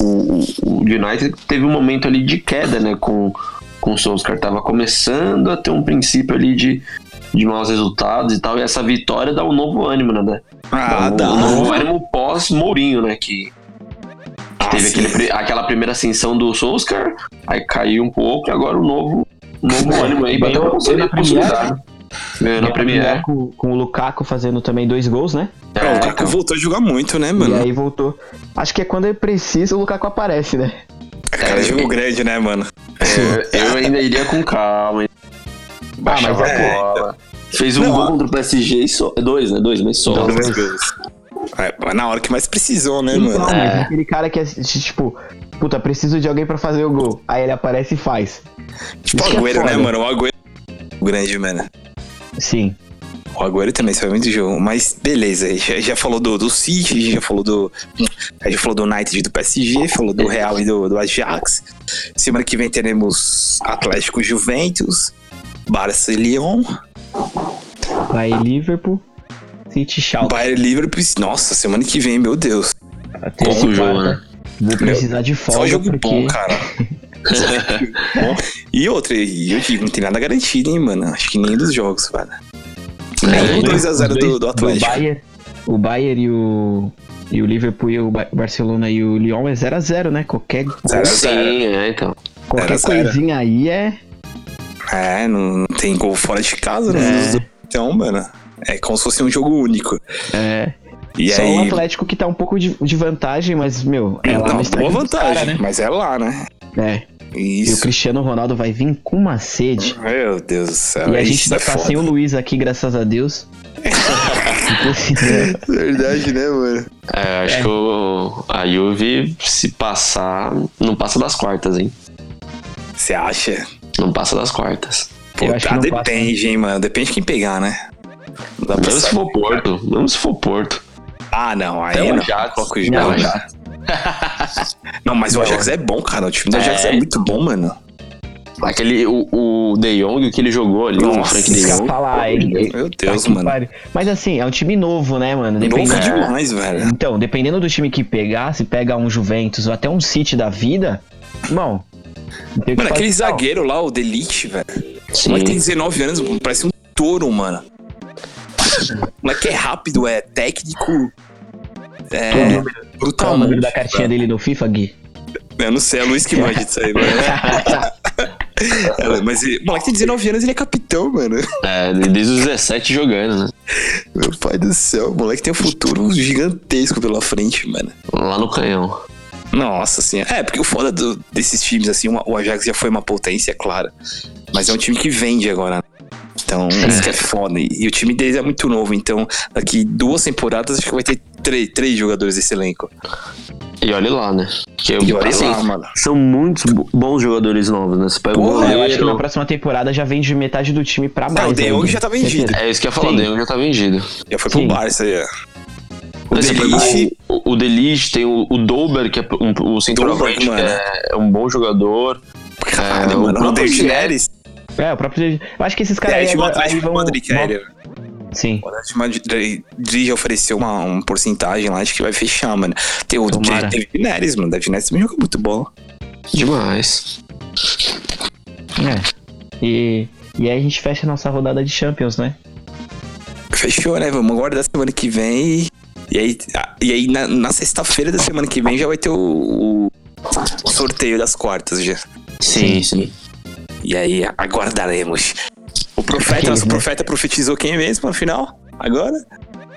o, o o United teve um momento ali de queda, né, com, com o Solskjaer. Tava começando a ter um princípio ali de, de maus resultados e tal, e essa vitória dá um novo ânimo, né?
Ah,
um,
dá.
um novo ânimo pós-Mourinho, né, que
Ah,
teve
sim.
aquele pri- aquela primeira ascensão do Solskjaer, aí caiu um pouco e agora o novo, um novo ânimo aí bem
Ganhou- ganhou na Premier,
consolidado. Ganhou na Premier.
Com, com o Lukaku fazendo também dois gols, né?
Ah, o
É,
Lukaku
então.
voltou a jogar muito, né,
E
mano?
aí voltou. Acho que é quando ele precisa, o Lukaku aparece, né?
Cara, jogo grande, né, mano?
É, Eu ainda iria com calma. hein? Baixava
mas é,
a bola. Fez um
Não,
gol
ah.
contra o PSG e só. Dois, né? Dois, mas só.
Dois gols. É, Na hora que mais precisou, né,
Então,
mano?
mas aquele cara que é tipo, puta, preciso de alguém pra fazer o gol. Aí ele aparece e faz.
Tipo o
isso que é
Agüero, né,
foda.
mano? O Agüero é grande, mano.
Sim.
O Agüero também saiu muito jogo. Mas beleza, já, já falou do, do City, já falou do. a gente falou do United e do PSG, falou do Real e do, do Ajax. Semana que vem teremos Atlético e Juventus, Barça e Lyon,
Vai Liverpool, City Schalke.
Bayern e Liverpool. Nossa, semana que vem, meu Deus.
Até
Pouco
esse
jogo,
quarto.
né?
Vou precisar de folga
Só jogo
porque...
bom, cara. Só jogo bom. [laughs] E outra, e eu digo, não tem nada garantido, hein, mano. Acho que nenhum dos jogos, mano.
né?
Nem o
É,
2x0
Os dois-
do, do Atlético.
Bayern, o Bayern e o, e o Liverpool e o Ba- Barcelona e o Lyon é 0x0, né? Qualquer,
Zero a zero.
Sim, é, então.
qualquer
0x0.
coisinha aí é...
É, não, não tem gol fora de casa,
É.
né? Os dois. Então, mano, é como se fosse um jogo único.
é
E
só o
aí.
Atlético que tá um pouco de, de vantagem, mas, meu, é
não,
lá no
boa
estádio dos
vantagem,
caras, né?
mas é lá, né?
É, e o
Isso.
Cristiano Ronaldo vai vir com uma sede.
Meu Deus do céu.
e a gente
isso
tá
é foda.
sem o Luiz aqui, graças
[laughs]
a Deus. Então, assim, né?
Verdade, né, mano?
É, acho que o, a Juve, se passar, não passa das quartas, hein?
Você acha?
Não passa das quartas.
Pô,
Eu acho
tá,
que não passa. né?
depende, hein, mano. Depende de quem pegar, né? Não dá pra
Mesmo se
saber.
for Porto. Mesmo se for Porto.
Ah, não. Aí
Até o
não.
Ajax.
Coloca o
Não,
Ajax.
Ajax.
[laughs] Não, mas o Ajax é bom, cara. O time do Ajax é,
É.
muito bom, mano.
Aquele, o, o De Jong, o que ele jogou ali, o
Nossa,
Frank De
isso que eu ia
Jong.
falar, hein?
Meu Deus,
Tá que
mano.
pariu. Mas assim, é um time novo, né, mano? Dependendo-
Novo demais, velho.
Então, dependendo do time que pegar, se pega um Juventus ou até um City da vida, irmão. não tem o que
Mano,
fazer,
aquele
não.
zagueiro lá, o Delite, velho. O
Sim.
moleque tem 19 anos, parece um touro, mano. O moleque é rápido, é técnico.
Qual o
É.
número- qual o
Brutal,
número da cartinha dele no FIFA, Gui?
Eu não sei, é o Luiz que manja disso aí,
[laughs]
mano. É, Mas ele- o moleque tem 19 anos, ele é capitão, mano.
É, desde os 17 jogando, né?
Meu pai do céu, o moleque tem um futuro gigantesco pela frente, mano.
Lá no canhão.
Nossa senhora. É, porque o foda do- desses times, assim, o o Ajax já foi uma potência, é claro. Mas é um time que vende agora. né? Então, isso que é foda. E, e o time deles é muito novo. Então, daqui duas temporadas, acho que vai ter três, três jogadores desse elenco.
E olha lá, né? Que,
E olha
assim,
lá, mano.
São muitos bo- bons jogadores novos, né? Você pega o
Porra,
Eu acho que na
goleiro.
próxima temporada já vende metade do time pra mais.
o De Jong
ainda.
já tá vendido.
É isso que eu ia falar, o
Sim.
De Jong já tá vendido.
Já foi pro
Sim.
Barça aí, ó. O
Aí você pega
Delite,
O, o Delite, tem o, o Dober, que é um, o centroavante,
Dober,
que é, é um bom jogador.
caralho,
é, o
mano. O
próprio
David
Neres.
Neres.
É, o próprio. Eu acho que esses caras aí,
É, tipo, o
agora- aí
Atlético
vão.
de Madrid,
vão-
cara.
Sim.
O Atlético de Madrid Madrid já ofereceu uma, uma porcentagem lá, acho que vai fechar, mano. Tem o
Tomara.
David Neres, mano. O David Neres também joga muito bola.
Demais.
É. E, e aí a gente fecha a nossa rodada de Champions, né?
Fechou, né? Vamos aguardar semana que vem. e- E aí, a- e aí na, na sexta-feira da semana que vem já vai ter o, o sorteio das quartas já.
Sim, sim.
E aí
[laughs]
aguardaremos. O profeta,
Aquele,
nosso
né?
profeta profetizou quem mesmo, afinal? Agora?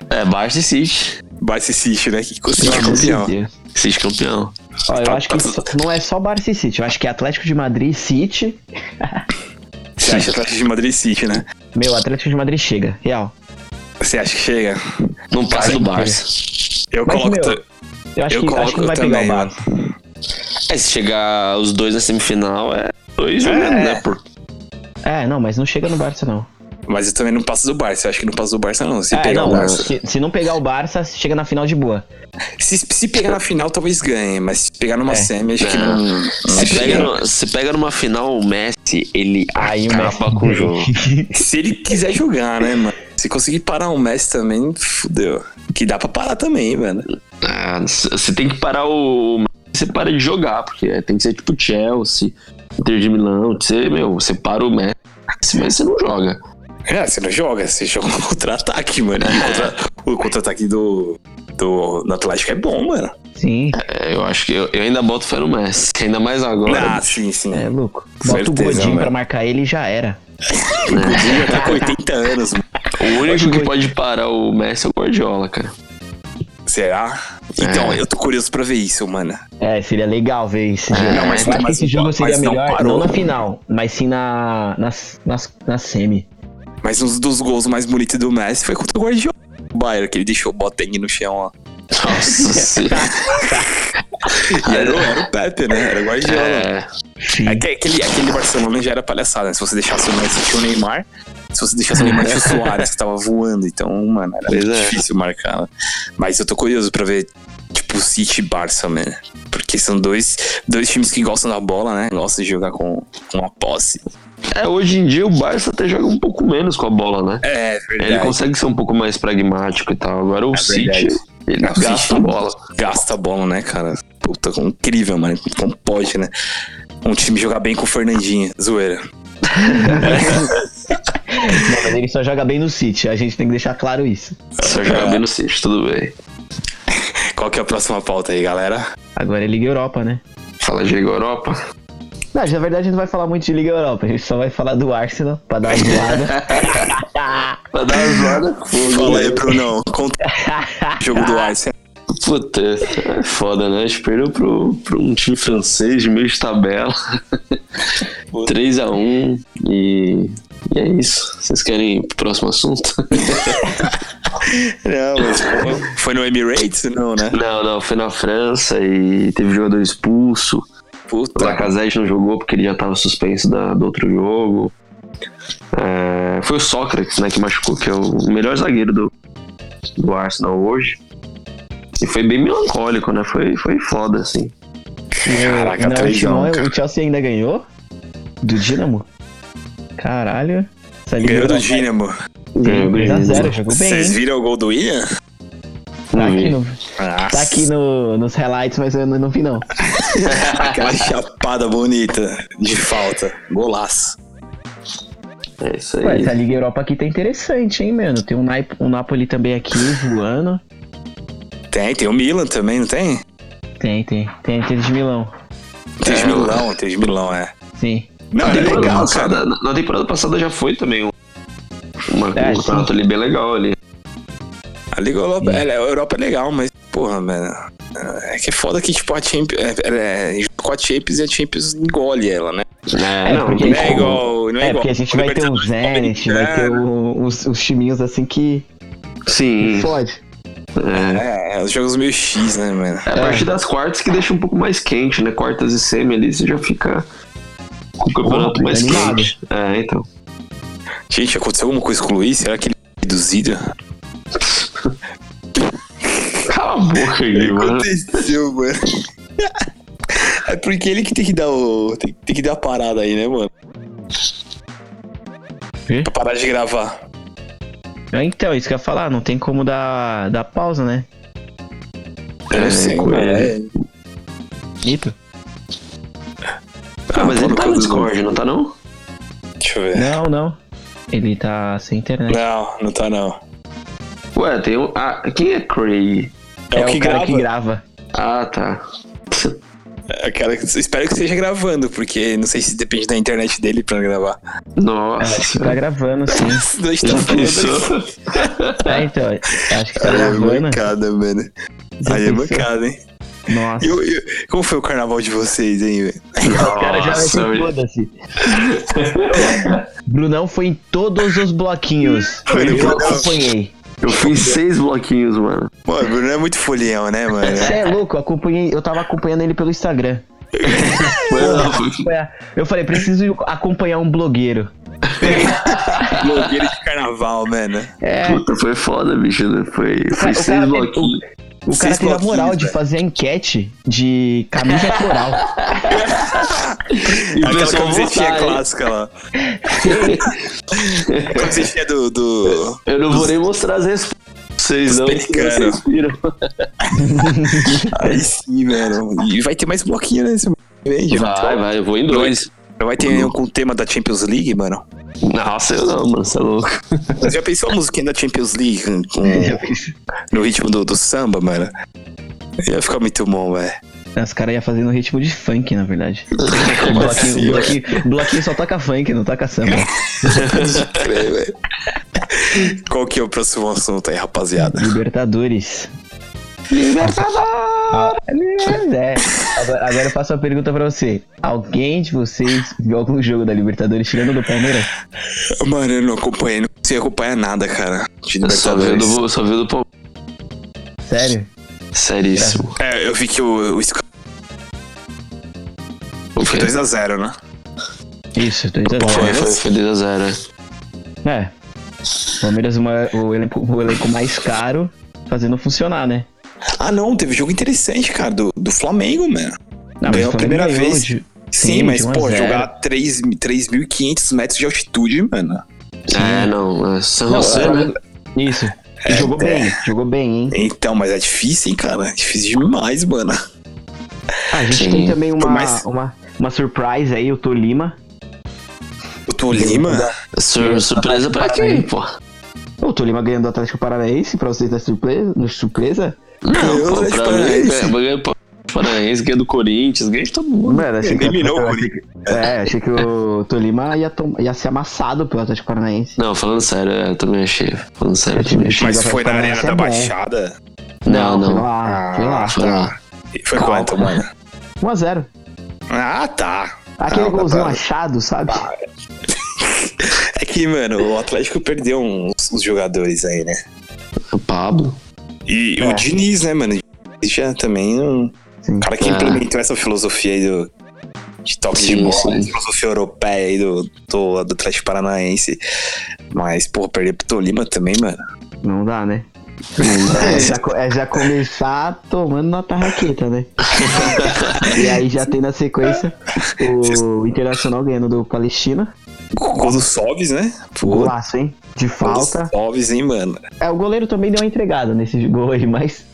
É, Barça e City.
Barça e City, né? Que conseguiu
Pelo amor de
campeão. tá
Deus.
City campeão.
Ó, eu acho que só- não é só Barça e City, eu acho que é Atlético de Madrid e City.
Você acha Atlético de Madrid e City, né?
Meu, Atlético de Madrid chega, real.
Você acha que chega?
Não passa do Barça. é
Eu
Mas,
coloco.
meu,
ta-
Eu acho,
Eu
que,
coloco
acho que não vai
também,
pegar o Barça.
É, se chegar os dois na semifinal, é dois
É.
jogando, né? Por...
É, não, mas não chega no Barça, não.
Mas eu também não passo do Barça. Eu acho que não passo do Barça, não. Se
É,
pegar
não,
o Barça.
Se, se não pegar o Barça, chega na final de boa.
Se, se pegar na final, talvez ganhe. Mas se pegar numa
É.
semi, acho que
Não.
não. não
Se,
chega.
pega no- se pega numa final, o Messi, ele
Aí o
acaba
Messi-
com o jogo.
Se ele quiser jogar, né, mano? Se conseguir parar o Messi também, fudeu. Que dá pra parar também, mano.
Ah, c- Você tem que parar o. o Messi, Você para de jogar, porque tem que ser tipo Chelsea, Inter de Milão. Você, meu, você para o Messi, mas você não joga.
É, você não joga, você joga no contra-ataque, mano. E o contra- o contra-ataque do, do, do Atlético é bom, mano.
[laughs] Sim,
É, eu acho que eu, eu ainda boto fé no Messi, ainda mais agora.
Ah, sim, sim.
é louco. Bota
Certeza,
o Godinho
mano.
pra marcar ele e já era.
O Godinho já tá com 80 anos, mano.
O único que pode parar o Messi é o Guardiola, cara.
Será? Então, eu tô curioso pra ver isso, mano.
É, seria legal ver esse jogo.
É, não, mas-
Eu acho que
mas-
esse jogo
mas
seria
não
melhor,
parou.
não na final, mas sim na, nas, nas, na semi.
Mas um dos gols mais bonitos do Messi foi contra o Guardiola. O Bayern, que ele deixou o Botengue no chão, ó. [laughs]
Nossa senhora.
E era, o- era o Pepe, né? Era o Guardiola.
É,
É que aquele, aquele Barcelona já era palhaçada, né? Se você deixasse o Messi, tinha o Neymar. Se você deixasse o Neymar, tinha o Soares, que tava voando. Então, mano, era
É. Pois
muito
é.
difícil marcar. Mas eu tô curioso pra ver, tipo, City e Barça, mano. Porque são dois, dois times que gostam da bola, né? Gostam de jogar com, com a posse.
É, hoje em dia o Barça até joga um pouco menos com a bola, né?
É,
Ele consegue ser um pouco mais pragmático e tal. Agora o City,
verdade.
ele
Não, o
gasta
City- um
a bola.
Gasta a bola, né, cara? Puta, incrível, mano. Como pode, né? Um time jogar bem com o Fernandinho. Zoeira.
Não, mas ele só joga bem no City, a gente tem que deixar claro isso.
Só joga bem no City, tudo bem.
Qual que é a próxima pauta aí, galera?
Agora é Liga Europa, né?
Fala de Liga Europa.
Não, na verdade a gente não vai falar muito de Liga Europa, a gente só vai falar do Arsenal pra dar uma zoada.
Pra dar uma zoada [laughs] com o
Fala aí,
goleiro.
Brunão. Conta o jogo do Arsenal.
Puta, é foda, né? A gente perdeu pro, pro um time francês de meio de tabela. 3x1 e, e é isso. Vocês querem ir pro próximo assunto?
Não, mas [laughs] foi no Emirates? Não, né?
não, não, foi na França e teve jogador expulso. O
Puta.
Lacazette não jogou porque ele já tava suspenso da, do outro jogo. É, foi o Sócrates, né, que machucou, que é o melhor zagueiro do, do Arsenal hoje. E foi bem melancólico, né? Foi, foi foda, assim.
[laughs] Caraca, um.
não, o,
trêsão,
Timão-
cara.
o Chelsea ainda ganhou? Do Dinamo? Caralho. Essa Liga
Ganhou do
Europa-
Dínamo.
Ganhou, ganhou.
2x0, jogou bem.
Vocês
hein?
viram o gol do Willian?
um
Tá aqui, no,
Nossa,
tá aqui no- nos highlights, mas eu não, não vi não.
aquela chapada bonita de falta. Golaço.
É isso
Ué,
aí.
essa Liga Europa aqui tá interessante, hein, mano? Tem um, Nai- um Napoli também aqui voando.
Tem, tem o Milan também, não tem?
Tem, tem. Tem aquele de Milão.
Tem de Milão, tem de Milão, é.
Sim.
Não, é
temporada
legal,
passada-
cara.
Na, na temporada passada já foi também um, uma,
É,
um
sim.
campeonato ali bem legal ali.
A Liga Europa, ela- a Europa é legal, mas, porra, mano. É que é foda que, tipo, a Champions. É, ela é, com a Champions e a Champions engole ela, né?
É, não,
porque
Não
tem
é
como.
igual. Não é,
É,
igual.
porque a gente vai ter o Zenit, vai ter o- os, os timinhos assim que
Sim.
fode.
É.
É, os jogos meio X, né, mano?
É a partir das quartas que deixa um pouco mais quente, né? Quartas e semi ali você já fica com o campeonato
Porra,
mais
animado.
quente. É, então.
Gente, aconteceu alguma coisa com o Luiz? Será que ele é foi reduzido?
Cala a boca
O
[laughs] aí,
que
mano.
aconteceu, mano? [laughs] É porque ele que tem que dar o. Tem, tem que dar a parada aí, né, mano?
Quê?
Pra parar de gravar.
Ah, Então, isso que eu ia falar, não tem como dar, dar pausa, né?
Eu não sei, mano.
é.
É.
Nito?
Ah, mas
pô,
ele tá
coisa
no
do-
Discord, Né? não tá não?
Deixa eu ver.
Não, não. Ele tá sem internet.
Não, não tá não.
Ué, tem um. Ah, quem é Craig?
É, o que
cara
grava.
que grava.
Ah, tá.
É o cara que- Espero que esteja gravando, porque não sei se depende da internet dele pra gravar.
Nossa.
Tá gravando,
[laughs]
sim.
Os dois
Já
estão
[laughs] pensou?
falando.
Ah, então, acho que tá
Aí é
gravando.
bancada, mano. Aí é
pensou?
bancada, hein?
Nossa.
E o- e o- como foi o carnaval de vocês, hein, velho?
O cara já vai
Nossa,
com
velho.
[laughs]
foda-se. Brunão foi em todos os bloquinhos.
Foi no
eu
Brunão.
acompanhei.
eu fui em seis bloquinhos, mano.
Mano, o Bruno é muito folião, né, mano?
Você [laughs] é louco, eu acompanhei, eu tava acompanhando ele pelo Instagram. Acompanhar- Eu falei, preciso acompanhar um blogueiro.
Blogueiro de carnaval, mano.
É,
Puta, foi foda, bicho. né? Foi, foi
cara- o
seis
cara-
bloquinhos.
o cara
Seis
teve a
bloquinhos,
moral de
velho.
fazer a enquete de camisa floral.
E o
Aquela
pessoal
camisetinha
votar, hein?
clássica
[laughs]
lá. A camisetinha do. do...
Eu não vou nem mostrar as respostas. Vocês não,
pelicano.
vocês viram.
Aí sim, mano. E vai ter mais bloquinho nesse. Entende?
Vai, vai, eu vou em dois.
Vai ter um com o tema da Champions League, mano.
Nossa, eu não, mano, você é louco.
Você já pensou a musiquinha da Champions League com- com- no ritmo do, do samba, mano? Ia ficar muito bom, velho.
Os caras iam fazendo ritmo de funk, na verdade. O bloquinho,
assim,
o bloquinho- o bloquinho só toca funk, não toca samba.
Pode crer, velho. Qual que é o próximo assunto aí, rapaziada?
Libertadores. Libertadores! é. Agora, agora eu faço uma pergunta pra você. Alguém de vocês viu algum jogo da Libertadores tirando do Palmeiras?
Mano, eu não acompanhei, não consegui acompanhar nada, cara. De
Eu só vi o
Libertadores.
do, só vi o do Palmeiras.
Sério?
Seríssimo.
É, eu vi que o, o Sc- foi 2x0, né?
Isso, 2x0.
Foi, foi, foi 2x0.
É. Palmeiras, uma- o, elenco, o elenco mais caro, fazendo funcionar, né?
Ah, não, teve jogo interessante, cara, do, do Flamengo, mano.
Não,
Ganhou a
Ah, mas o Flamengo
primeira
ganhou
vez.
de-
Sim,
Sim,
mas,
de um a
pô,
zero.
jogar a 3 3.500 metros de altitude, mano.
É, não. É São
Não, É,
José,
ela-
né?
Isso. E jogou bem, jogou bem, hein?
Então, mas é difícil, hein, cara? É difícil demais, mano.
Ah, a gente
Sim.
tem também uma,
Por mais-
uma, uma surprise aí, o Tolima.
O Tolima?
Sur- surpresa pra quem, pô?
O Tolima ganhando do Atlético Paranaense, pra vocês da surpresa. No surpresa?
Ganhou
Não,
do
pô,
Atlético
pra mim,
Paranaense.
ganha- ganha do Paranaense, ganha do Corinthians, ganha de todo mundo.
Mano, achei que,
Eliminou o
achei que- é, achei que o Tolima ia, tom- ia ser amassado pelo Atlético Paranaense.
Não, falando sério, é, eu também achei. Falando sério, eu também achei.
Mas
Mas
foi na
parece
Arena
que é
da
bom.
Baixada?
Não,
Foi
não.
lá, foi lá.
Foi lá.
E Foi quanto, mano?
1x0.
Ah, tá.
Aquele
Não, tá
golzinho
pra-
achado, sabe?
É que, mano, o Atlético perdeu uns, uns jogadores aí, né?
O Pablo.
E o Diniz, né, mano? Ele Já também não.
Sim.
O cara que
É.
implementou essa filosofia aí do. De toque de
Sim,
bola,
sim.
filosofia europeia aí do, do, do Atlético Paranaense. Mas, porra, perder pro Tolima também, mano.
Não dá, né? É já, co- é já começar tomando na tarraqueta, né? e aí já tem na sequência o Internacional ganhando do Palestina.
Gol do Sobis, né? Pô,
Golaço, hein? De
gol do
falta.
Sobis, hein, mano.
É, o goleiro também deu uma entregada nesse gol aí, mas.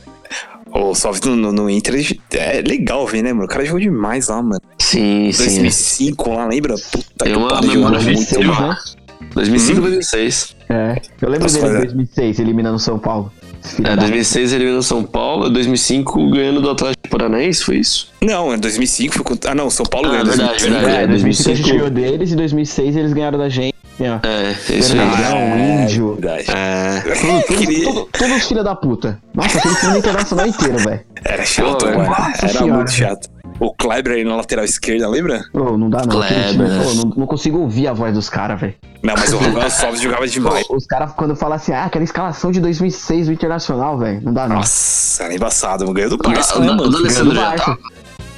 O Sobis no, no, no Inter é legal ver, né, mano? O cara jogou demais lá, mano.
Sim, sim.
2005 lá, lembra? Puta
Tem
que
uma
pariu,
memória
jogou muito
2006,
mal.
né?
Uhum.
2005, 2006.
É. Eu lembro
Nossa,
dele em
mas é.
2006, eliminando o São Paulo. Esse filho
É,
da-
2006 eliminando São Paulo, 2005 ganhando do Atlético Paranaense, foi isso?
Não, em 2005 foi contra... Ah, não, São Paulo
Ah,
ganhou em
verdade,
2005.
verdade.
É, 2005 a gente
2005.
ganhou deles e 2006 eles ganharam da gente. E, ó,
É, é isso aí.
Verdade. um índio.
Ah, verdade.
É.
Queria-
todo- Todos os filhos da puta. Nossa, aquele time do Internacional inteiro, velho.
Era chato,
Pô, é.
mano.
nossa
Era
senhora.
muito chato. O Kleber aí na lateral esquerda, lembra?
Ô, não dá não. Aquele
Kleber,
time,
né?
ô, não, não consigo ouvir a voz dos caras, velho.
Não, mas o
[laughs]
Rafael Sobis jogava demais.
Os caras, quando falam assim, ah, aquela escalação de 2006 do Internacional, velho, não dá não.
Nossa, era embaçado. Ganhou do
O
Barça, né,
da- o
mano?
da Alessandro
Ganhou do
já tá.
Barça.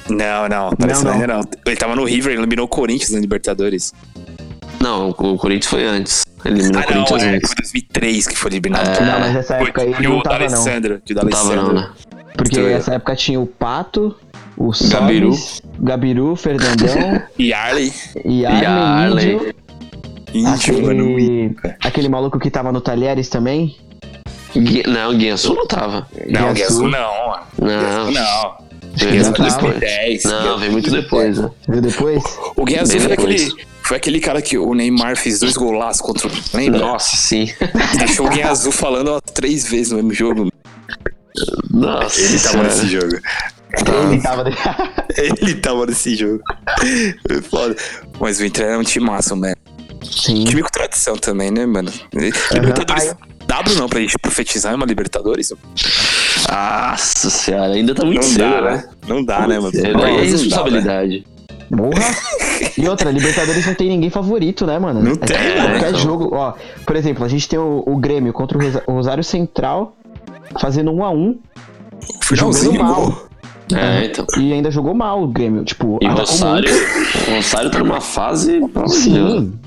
Não, não, parece
Não,
não, não. Ele tava no River, ele eliminou o Corinthians na Libertadores.
Não, o Corinthians foi antes. Eliminou
Ah,
o
não,
Corinthians É.
é,
antes.
foi 2003 que foi eliminado.
Não, mas essa
Foi
época aí
que
não
o da
tava não.
Alessandro, que o da
Não tava não,
Alessandro.
né?
Porque
Então,
essa época tinha o Pato, o Sobis,
Gabiru.
Gabiru, Fernandão
[laughs] E Arley,
e
Arley.
Arlen Índio.
índio, mano.
Aquele, aquele maluco que tava no Talheres também.
Gui- Não, o Guiançu não tava.
Não,
Guiaçu.
Guiaçu não.
Não,
Guiaçu não.
veio muito
Guiaçu
depois.
2010.
Não, veio muito depois, né?
Viu depois?
O Guiaçu
Bem
foi
depois.
aquele, foi aquele cara que o Neymar fez dois golaços contra o. Lembra?
Nossa, sim.
Deixou o Guiaçu falando ó, três vezes no mesmo jogo.
Nossa,
Ele tava
senhora.
nesse jogo.
Ele tava... de- [laughs]
Ele tava nesse jogo. Foi Foda. Mas o Inter era um time massa, mano.
Hum.
Sim.
Time com tradição também, né, mano? Libertadores. W não, pra gente profetizar é uma Libertadores?
Nossa senhora, ainda tá muito
Não
cedo,
dá,
né?
né? Não dá, né, mano?
Cedo.
Não,
É
não dá, né?
responsabilidade.
Porra! E outra, Libertadores não tem ninguém favorito, né, mano?
Não
É
tem,
tipo,
né,
Qualquer
então.
jogo, ó. Por exemplo, a gente tem o, o Grêmio contra o Rosa- o Rosário Central fazendo 1 a 1
velho. Finalzinho,
Jogando mal.
gol. né?
É, então.
e ainda jogou mal o Grêmio. Tipo,
E o
tá
atacou
Rosário, o Rosário tá numa fase pelo amor
muito.
de Deus,
Sim.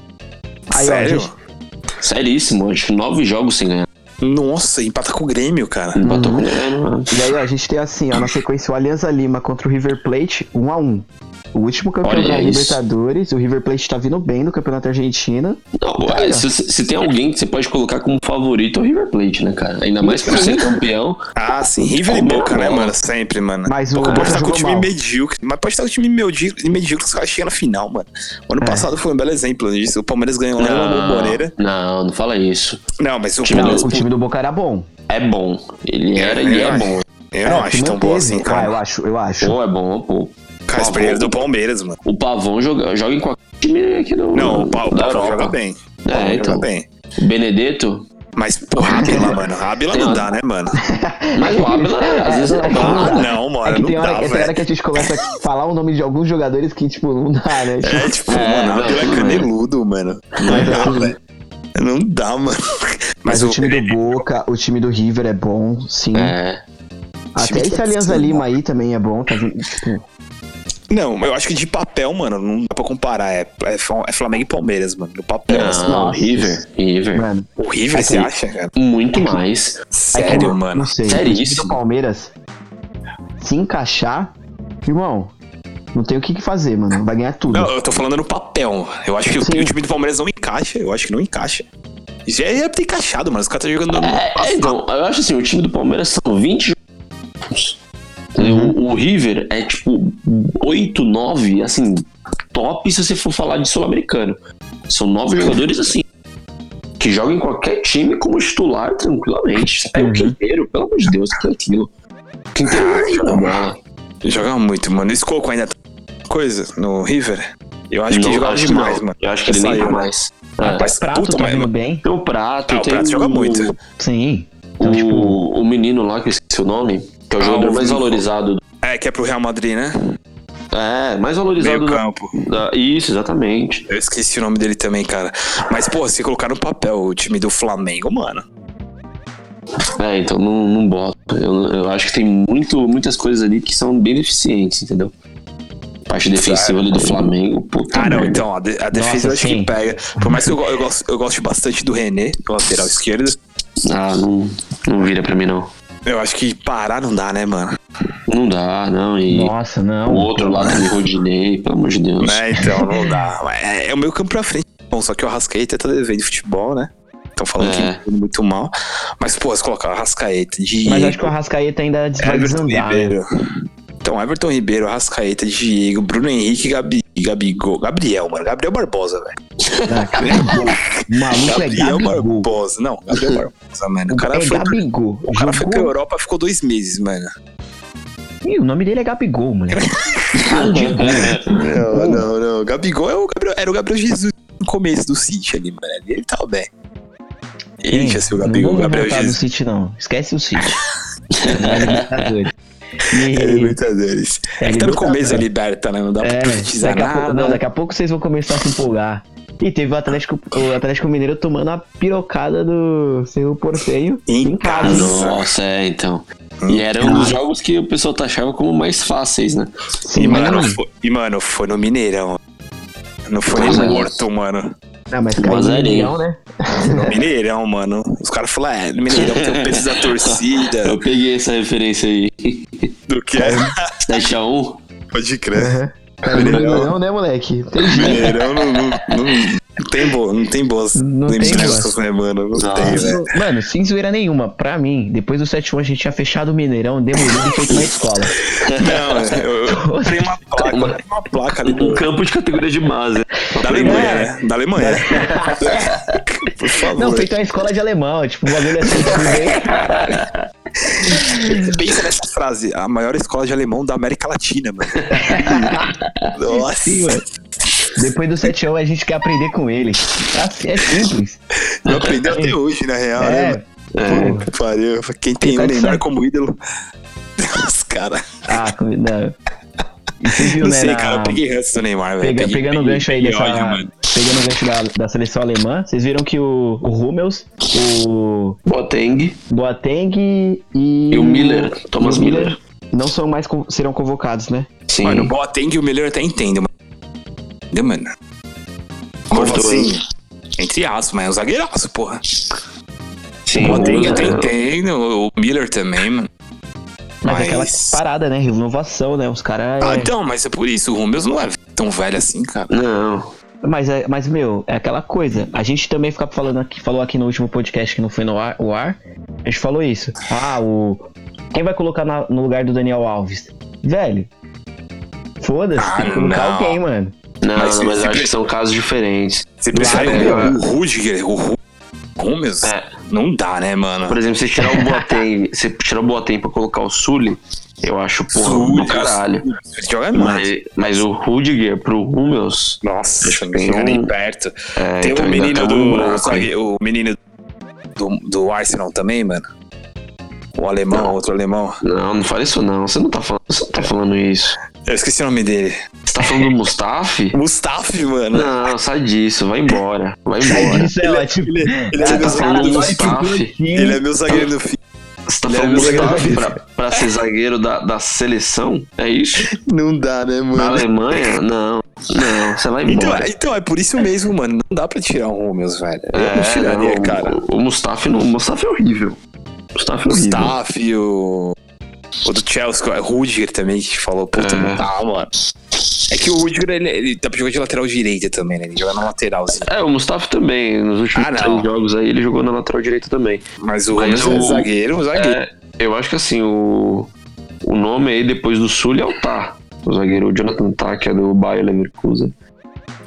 Aí, ó, a
Sério?
gente-
seríssimo, acho que nove jogos sem ganhar.
Nossa, empata com o Grêmio, cara.
Empatou com o Grêmio, né?
e aí, ó, a gente tem assim, ó, na sequência, o Alianza Lima contra o River Plate, 1 a 1 O último campeão
Olha
da
isso.
Libertadores, o River Plate tá vindo bem no Campeonato Argentino.
Não, é, se, se tem alguém que você pode colocar como favorito é o River Plate, né, cara? Ainda mais
[laughs]
por ser campeão.
Ah, sim. River e
Comeu
Boca, né,
bola.
mano? Sempre, mano.
Mas o
Pô, pode
Boca
estar com um
jogou
time
mal.
medíocre, mas pode estar com um time medíocre, medíocre os caras chegam na final, mano. O ano
É.
passado foi um belo exemplo disso. O Palmeiras ganhou lá na
Não,
Bomboneira.
não, não fala isso.
Não, mas o
Ah. Time
Não,
Palmeiras.
o time do Boca era bom.
É bom. Ele
É,
era e
eu
é bom.
Eu não
É,
acho
se
tão bom
manteve.
assim,
Ah, eu
cara.
acho, eu acho.
Pô, é bom, pô.
Cara, esse primeiro do Palmeiras, mano.
O Pavão joga, joga em qualquer time aqui no,
Não, o Pau
da
joga
Europa.
bem. O Paulo
É, então.
joga bem.
O Benedetto.
Mas, porra, Abila, mano. Abila não dá, né,
É
mano? [laughs]
Mas o Abel, às vezes,
é,
é
Ah,
bom.
não,
É
mano.
que
Não
tem hora,
dá,
é, tem hora
velho.
que a gente começa a falar o nome de alguns jogadores que, tipo, não dá, né? Tipo,
É, tipo,
É,
mano,
não,
Abila é
tudo bem.
caneludo, mano. Não dá, velho. Não dá, mano.
mas o time do Boca, o time do River é bom, sim.
É.
Até esse
tá
Alianza Lima aí também é bom, tá vindo, tipo,
Não, eu acho que de papel, mano, não dá pra comparar. É, é Fla- é Flamengo e Palmeiras, mano. No papel. assim.
É, Não,
nossa.
River. River.
mano.
Horrível,
É
você
que-
acha, cara?
Muito mais.
é que
Sério,
não-
mano.
Não sei.
Seríssimo.
O Palmeiras se encaixar, irmão, não tem o que que fazer, mano. Vai ganhar tudo. Tá
Não, eu tô falando no papel. Eu acho que o,
Sim.
o time do Palmeiras não encaixa. Eu acho que não encaixa. Já era pra ter encaixado, mano. Os caras estão jogando.
É, é, então, eu acho assim, o time do Palmeiras são 20 jogos. Entendeu?
Uhum.
O, o River é tipo 8, 9, assim, top se você for falar de sul-americano. São nove
Uhum.
jogadores assim. Que jogam em qualquer time como titular tranquilamente. É
Uhum.
o Quinteiro, pelo amor de Deus, que é aquilo.
Ah,
Quinteiro não joga bola.
Jogava muito, mano. Esse Coco ainda tá coisa no River. Eu acho que
Não,
jogava
acho que
demais,
não.
mano.
Eu acho que ele nem
Saiu,
tá
né?
mais. É.
Mas,
Prato
puta,
tá
mas,
vindo bem.
Tem o Prato,
Ah, o
tem
Prato joga muito.
Sim. Então,
o,
tipo,
o menino lá, que eu esqueci o nome, que é o
Ah,
jogador
o
mais
Vinho.
valorizado.
É, que é pro Real Madrid, né?
É,
Meio
mais valorizado da,
campo.
da- Isso, exatamente.
Eu esqueci o nome dele também, cara. Mas, pô, se colocar no papel o time do Flamengo, mano.
É, então não, não bota. Eu, eu acho que tem muito, muitas coisas ali que são bem deficientes, entendeu? Parte defensiva ali do Flamengo, puta
Ah, não,
merda.
então, a, de- a defesa
Nossa,
eu acho que
sim.
pega. Por mais que eu, go- eu, gosto, eu goste bastante do René, do lateral esquerdo,
Ah, não, não vira pra mim, não.
eu acho que parar não dá, né, mano?
Não dá, não. E
nossa, não.
o outro lá também, Rodinei, pelo amor de Deus. [laughs]
Né, então, não dá. [laughs] É, é o meu campo pra frente. Bom, só que o Arrascaeta tá devendo futebol, né? Estão falando
É.
que é muito mal. Mas, pô, se colocar o Arrascaeta de.
Mas acho que o Arrascaeta ainda vai
Everton [laughs]
desandar. né?
Ribeiro. Então, Everton Ribeiro, Arrascaeta, Diego, Bruno Henrique, Gabi, Gabigol. Gabriel, mano. Gabriel Barbosa, velho.
Ah, Gabigol. O maluco é
Gabriel
Gabigol.
Barbosa. Não, Gabriel Barbosa, mano. O cara,
É
foi,
Gabigol.
o cara foi pra
Jogou-
Europa ficou dois meses, mano.
Ih, o nome dele é Gabigol, moleque.
Não, não, não. Gabigol é o Gabriel- era o Gabriel Jesus no começo do City ali, mano. Ele tava bem. Ele tinha sido o Gabigol,
não
o
vamos
Gabriel
voltar
Jesus.
do City, não. Esquece
[laughs]
o City. É Libertadores. E-
É Libertadores. É,
É
que tá no
Libertadores.
começo é liberta, né? Não dá pra
É,
profetizar
daqui a, pouco, não,
nada.
daqui a pouco vocês vão começar a se empolgar. E teve o Atlético, o Atlético Mineiro tomando a pirocada do seu Porteio
Em
em
Ah,
casa.
casa.
Nossa, é, então. E era um dos jogos que o pessoal taxava como mais fáceis, né?
E,
Sim,
mano,
mano.
foi, e, mano, foi no Mineirão. Não foi nem
Mas é
morto, mano.
Ah, mas caiu
é
no
Mazarinho.
milhão, né?
No Mineirão, mano. Os caras falaram, é, no Mineirão tem o peso da torcida.
[laughs]
Eu peguei essa referência aí. [laughs]
do que é?
7x1.
Pode crer.
Caiu no milhão, né, moleque? Tem jeito.
Mineirão não, não, não, não tem boa, não tem boas
Não tem
lembranças, né, mano? Não
Não.
tem, né?
Mano, sem zoeira nenhuma, pra mim, depois do 7 1 a gente tinha fechado o Mineirão, demolido e feito na escola.
Não, é, eu, eu tem uma placa, eu tenho uma placa ali
Um
do,
campo de categoria de base.
da Alemanha, né? Da Alemanha. Por favor.
Não, feito na escola de alemão, tipo, o bagulho é assim, tudo bem.
Pensa nessa frase, a maior escola de alemão da América Latina,
[laughs]
mano. Nossa.
Sim, mano. Depois do 7 1 a gente quer aprender com ele. Assim, É simples.
Não aprendeu até hoje, na real, né?
É,
mano? Puta que Pariu. Quem tem o
Tá de
Neymar
saco.
como ídolo. [laughs] Os cara.
Ah, não. E você viu,
Não
né,
sei,
na-
cara. Eu peguei ranço do Neymar, velho.
pega-
Peguei-
pegando o
peguei-
gancho aí
peguei
dessa.
ódio, mano.
pegando o gancho da, da seleção alemã, vocês viram que o, o Hummels, o
Boateng
Boateng e.
Hum.
e o Miller. Thomas
e o
Miller.
Não são mais con- serão convocados, né?
Sim.
Mano, o Boateng, o melhor eu até entendo, mano. Entendeu, mano? Como
Cortou
assim?
ele.
Entre aspas, mas é um zagueiraço, porra.
Sim.
O Boateng é
Miller.
eu até entendo, o Miller também, mano.
Mas, é
Mas-
aquela parada, né? Renovação, né? Os caras.
Ah, então, mas é por isso. O Hummels não é tão velho assim, cara.
Não.
Mas, é- mas, meu, é aquela coisa. A gente também fica falando aqui, falou aqui no último podcast que não foi no ar, o ar. A gente falou isso. Ah, o. Quem vai colocar na- no lugar do Daniel Alves? Velho. Foda-se, tem
Ah,
que colocar
não.
alguém, mano.
Não,
Mas
não,
se-
mas
se-
eu acho que são casos diferentes.
Você percebe
Claro,
né?
mano.
o Rudiger, o Ru- Hummels,
É.
não dá, né, mano?
Por exemplo, você tirar o Boateng,
[laughs]
você tirar o Boateng pra colocar o Sully, eu acho porra
Sul,
do caralho.
Ele joga mais.
Mas, mas o Rudiger pro Hummels,
Nossa,
Acho que
não
tem
chega nem
um-
perto.
é,
Tem
então
o
ainda
menino
tá um
do.
buraco aí.
sabe, o menino do, do Arsenal também, mano. O alemão,
Não.
outro alemão.
Não, não fala isso não. Você não tá falando, você não tá falando isso.
Eu esqueci o nome dele.
Você tá falando do Mustafi?
Mustafa, mano.
Não, sai disso, vai embora. Vai
Sai
embora.
disso, é ótimo.
Ele, ele
Você
é meu
tá
zagueiro
falando do
do
Mustafi?
Ele é meu zagueiro do fim.
Você tá Rafael
Guilherme
Gustavo
Zagueiro.
pra, pra ser zagueiro da, da seleção? É isso?
Não dá, né,
Na
mano?
Alemanha? Não. Não, você vai
Então,
embora.
é- então, é por isso mesmo, mano. Não dá pra tirar o Rúmeus, velho. é, Eu não tiraria,
não,
cara.
É, O, o Mustafa não. O Mustafa é horrível. O Mustafa é horrível.
Mustafa e o. O do Chelsea, o Rudiger também, que falou, puta,
É.
não dá, mano. É que o Rudiger, ele, ele tá pra jogar de lateral direita também, né? Ele joga na lateral, assim.
É, o Mustafa também. Nos últimos
Ah, não.
três jogos aí, ele jogou na lateral direita também.
Mas o
Mas
Rúmeus
o-
é zagueiro, zagueiro.
É, eu acho que assim, o, o nome aí depois do Sul é o Tá. O zagueiro o Jonathan Tá, que é do Bayer Leverkusen.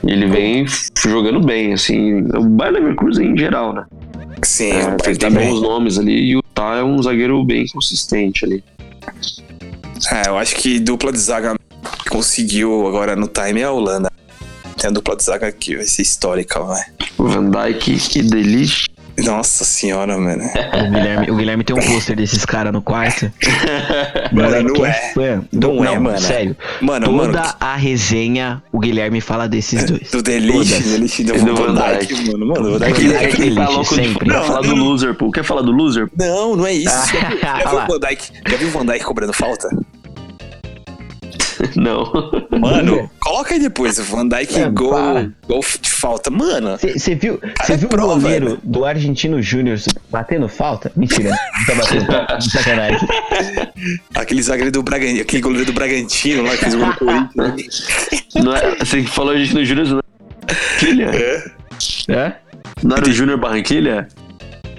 E ele vem f- jogando bem, assim. O Bayer Leverkusen em geral, né?
Sim,
É,
o
ele
Pedro
tem
tá bem.
bons nomes ali e o Tá é um zagueiro bem consistente ali.
É, eu acho que dupla de zaga que conseguiu agora no time é a Holanda. Tem a dupla de zaga que vai ser histórica, vai.
O Van Dijk e Delish.
Nossa senhora, mano.
O Guilherme, o Guilherme tem um pôster desses caras no
[laughs]
quarto.
Mano,
Moleque,
não é.
fã.
Não é, mano.
Sério.
Mano, É,
Toda
mano,
a resenha, o Guilherme fala desses dois.
do Delete,
Todas.
Delete deu
E do
Van
Van
Dijk, mano. Mano, Van Dijk-
Van Dijk é
tá
elite,
louco de
sempre.
quer
Não,
falar do
não.
Loserpool. Quer falar do Loserpool?
Não, não é
[laughs]
isso. Já
Ah,
viu- já, viu
lá.
o Van Dijk, já viu o Van Dijk cobrando falta?
[laughs] Não.
Mano, coloca aí depois. o Van Dijk
É,
gol,
para.
gol de falta. Mano,
Você viu,
Cara,
cê
é
viu
prova,
o goleiro
velho.
do Argentino Júnior batendo falta? Mentira, não tá batendo falta, de sacanagem.
aquele zagueiro do Bragantino, aquele goleiro do Bragantino lá que fez o gol do Corinthians.
não é, você que falou a gente no Júnior não é Barranquilha?
É.
Hã?
Não era o Júnior Barranquilha?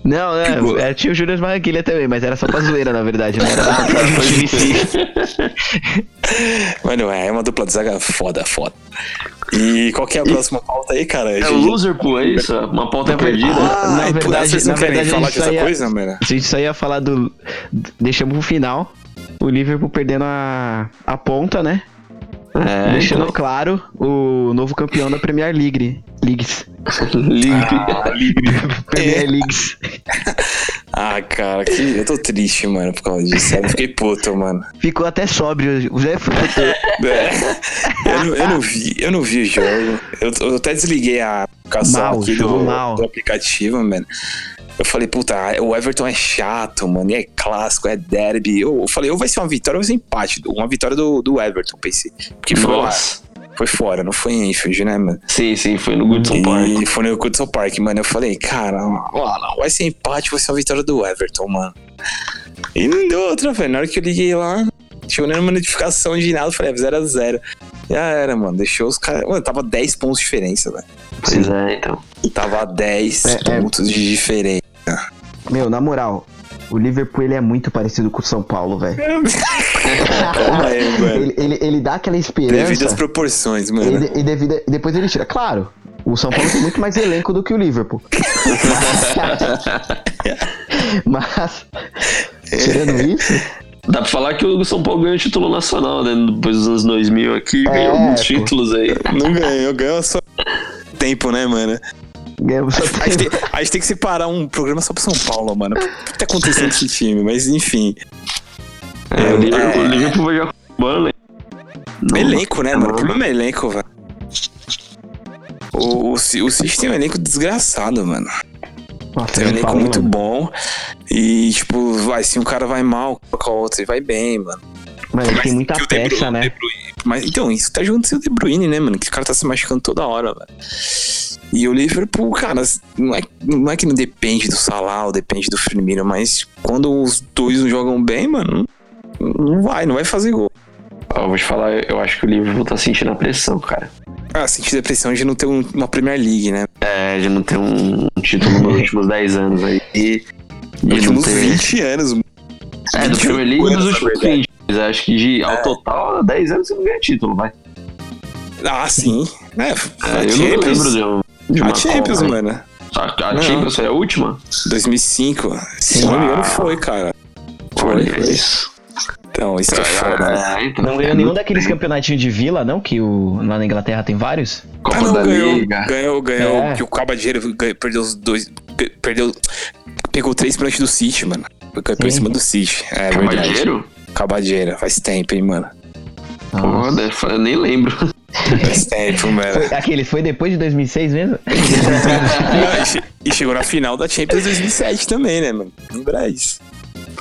Não,
Tipo-
não, era, tinha o Júnior Barranquilha também, mas era só pra zoeira, na verdade, não era
[laughs]
o time em si.
Mano, é uma dupla de zaga foda, foda. E qual que é a próxima pauta aí, cara?
É o Loserpool, é isso? Uma pauta
Não, foi-
perdida?
Ah, na
Ai, pô,
verdade-
vocês não
na
querem
verdade,
falar
a gente
dessa
só ia-
coisa, mano?
A gente só ia falar do. Deixamos pro final. O Liverpool perdendo a, a ponta, né?
É,
Deixando
então,
claro o novo campeão da Premier League. Leagues.
liga.
[laughs] Premier Leagues.
Ah, cara, que... eu tô triste, mano, por causa disso. Eu fiquei puto, mano.
Ficou até sóbrio. O Zé foi.
É. Eu, não, eu não vi, eu não vi o jogo. Eu, eu até desliguei a aplicação
Mal,
aqui
jogou
do,
mal.
do aplicativo, mano. Eu falei, puta, o Everton é chato, mano. e É clássico, é derby. Eu, eu falei, ou vai ser uma vitória ou vai ser empate. Uma vitória do, do Everton, pensei. Porque foi, lá,
Nossa.
foi fora, não foi em Enfield, né, mano?
Sim, sim, foi no Goodson Park.
E foi no Goodson Park, mano. Eu falei, cara, ó, não, vai ser empate, vai ser uma vitória do Everton, mano. E não deu outra, velho. Na hora que eu liguei lá, não tinha nenhuma notificação de nada. Eu falei, "É, 0x0. Já era, mano. Deixou os caras. Mano, tava 10 pontos de diferença, velho.
Pois é, então.
Tava 10
É, é.
pontos de diferença.
Meu, na moral, o Liverpool ele é muito parecido com o São Paulo, velho.
Calma aí, mano.
Ele, ele, ele dá aquela
É. Devido às
esperança.
proporções,
E,
mano.
de- e devido- depois ele tira. Claro, o São Paulo tem muito mais elenco do que o Liverpool. Mas, tirando isso,
Dá pra falar que o São Paulo ganhou o título nacional, né? Depois dos anos 2000 aqui, ganhou alguns
pô.
títulos aí.
Não ganhou, ganhou só tempo, né, mano?
ganhamos
[laughs]
só
A gente,
tempo.
tem, a gente tem que separar um programa só pro São Paulo, mano. O que tá acontecendo com esse time? Mas enfim.
É, o Liverpool,
é.
o Liverpool vai jogar com o Burnley. Não,
Elenco, né, mano? O
Não.
problema é elenco, velho. O, o, Ci- o City tem um elenco desgraçado, mano.
Nossa,
Tem um
nem
elenco
falo,
muito
mano.
bom. E, tipo, vai, se um cara vai mal, coloca o outro e vai bem, mano.
Mano, ele
Mas
tem muita
que o De
peça,
Bruyne-
né?
De Bruyne- Mas então, isso tá junto com o De Bruyne, né, mano? Que o cara tá se machucando toda hora, velho. E o Liverpool, cara, não é, não é que não depende do Salah, ou depende do Firmino, mas quando os dois não jogam bem, mano, não- não vai, não vai fazer gol.
Ó, eu vou te falar, eu acho que o Liverpool tá sentindo a pressão, cara.
Ah, senti depressão de não ter um- uma Premier League, né?
É, de não ter um título
[laughs]
nos últimos 10 anos aí. E de não
últimos
ter...
20 anos.
É, do
25
Premier League
anos,
dos
na
últimos
verdade.
20. Mas Acho que de, ao total, 10 anos você não ganha título, vai.
Ah, sim. É,
É,
a
eu não lembro
Champions,
de, um- de
a
uma
Champions
Copa.
mano.
A, a
Não.
Champions foi a última?
2005. Se
Ah.
não me engano, foi, cara. Foi,
Olha
foi.
isso.
Então, isso que é foda, né?
É, então,
Não ganhou nenhum daqueles campeonatinhos de vila, não? Que o, lá na Inglaterra tem vários?
Copa
Ah, não,
da
ganhou,
Liga.
ganhou, ganhou.
É.
Que o Cabadeiro ganhou- perdeu os dois. pe- Perdeu. Pegou três pênaltis do City, mano. Foi campeão em
Sim.
cima do City. É verdade.
Cavalheiro?
Cabadeira. Faz tempo, hein, mano.
Pô, deve- eu nem lembro.
Faz tempo, mano.
[laughs]
Foi- Aquele foi depois de 2006 mesmo?
Não, e che- e chegou na final da Champions 2007 também, né, mano? Lembra isso.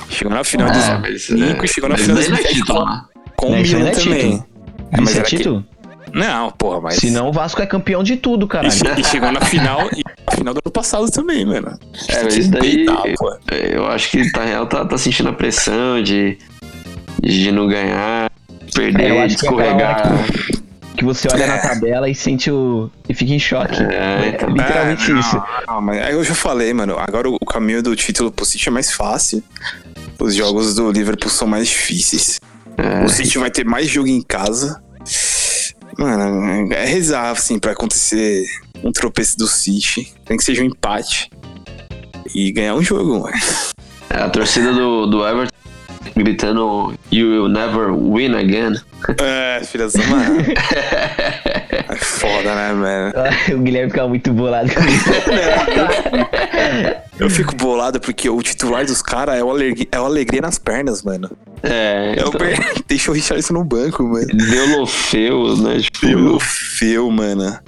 Chegou na final dos
É, [laughs] mas.
cinco e
É,
chegou na
mas
final dos
daí não é título, né?
com o
Mas isso
Milan
ainda é
também.
título.
É, mas
Isso é
era que-
título?
Não, porra, mas.
Senão o Vasco é campeão de tudo,
E,
caralho.
che- e chegou na final e na final do ano passado também, mano.
É, mas isso daí.
Eita,
é
pô.
Eu acho que tá real, tá, tá sentindo a pressão de, de não ganhar, perder,
É, eu acho que é aquela
escorregar.
Que você olha
É.
na tabela e sente o. e fica em choque.
É, então,
literalmente
É, não,
isso.
Não, mas aí eu já falei, mano. Agora o caminho do título pro City é mais fácil. Os jogos do Liverpool são mais difíceis.
É.
O City vai ter mais jogo em casa. Mano, é rezar, assim, pra acontecer um tropeço do City. Tem que seja um empate. E ganhar um jogo, mano.
É, a torcida do, do Everton gritando You will never win again.
É, filha da mano. É foda, né, mano?
[laughs] o Guilherme fica muito bolado com isso.
Eu fico bolado porque o titular dos caras é, o alergue- é o alegria nas pernas, mano.
É,
É o
então,
Ber- [laughs] Deixa o Richardson no banco, mano.
Deulofeu, né? Tipo,
Meu feu, mano.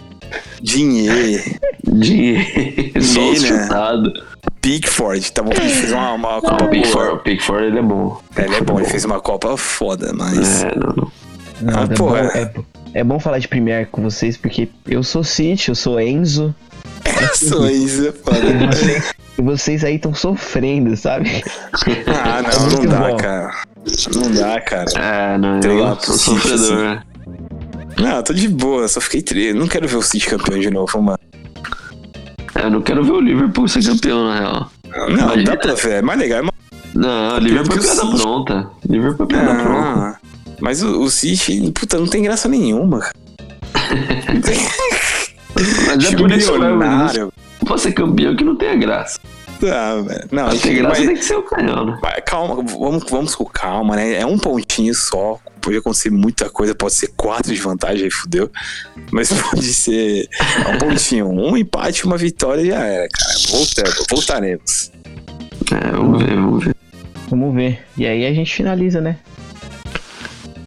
Dinheiro.
dinheiro, só os
Mina.
chutado.
Pickford, tá bom? Ele fez uma, uma
Ah,
Copa
o Pickford,
boa.
o Pickford ele é bom.
É, Ele é bom, ele fez uma Copa foda, mas.
É, não, não.
Não,
Ah,
é, bom,
porra.
é, bo- é bom falar de Premier com vocês, porque eu sou City, eu sou Enzo,
Só isso, é
e
foda.
vocês, e vocês aí estão sofrendo, sabe? [laughs]
Ah,
É
não,
muito
não dá,
bom.
cara. Não dá, cara.
É, não,
Tem lá
eu sou
pro City,
sofredor.
Não, tô de boa, só fiquei triste. Não quero ver o City campeão de novo, mano.
É, Eu não quero ver o Liverpool ser campeão, na real.
Não, não dá pra ver. É mais legal, é
Não, o
Pior
Liverpool
que
é
o
piada
City.
pronta. Liverpool é piada pronta.
Ah, mas o, o City, puta, não tem graça nenhuma. cara.
Mas é
Tipo,
por isso
né?
mesmo, não
milionário.
pode ser campeão que não tenha graça.
Ah, velho. Não,
Pra
mas,
ter graça tem
mas,
que ser o canhão, né?
calma, vamos, vamos com calma, né? É um pontinho só. Pode acontecer muita coisa, pode ser quatro de vantagem, aí fudeu. Mas [laughs] pode ser é um pontinho. Um empate, uma vitória já era, cara. Voltamos, voltaremos.
É, vamos ver, vamos ver.
Vamos ver. E aí a gente finaliza, né?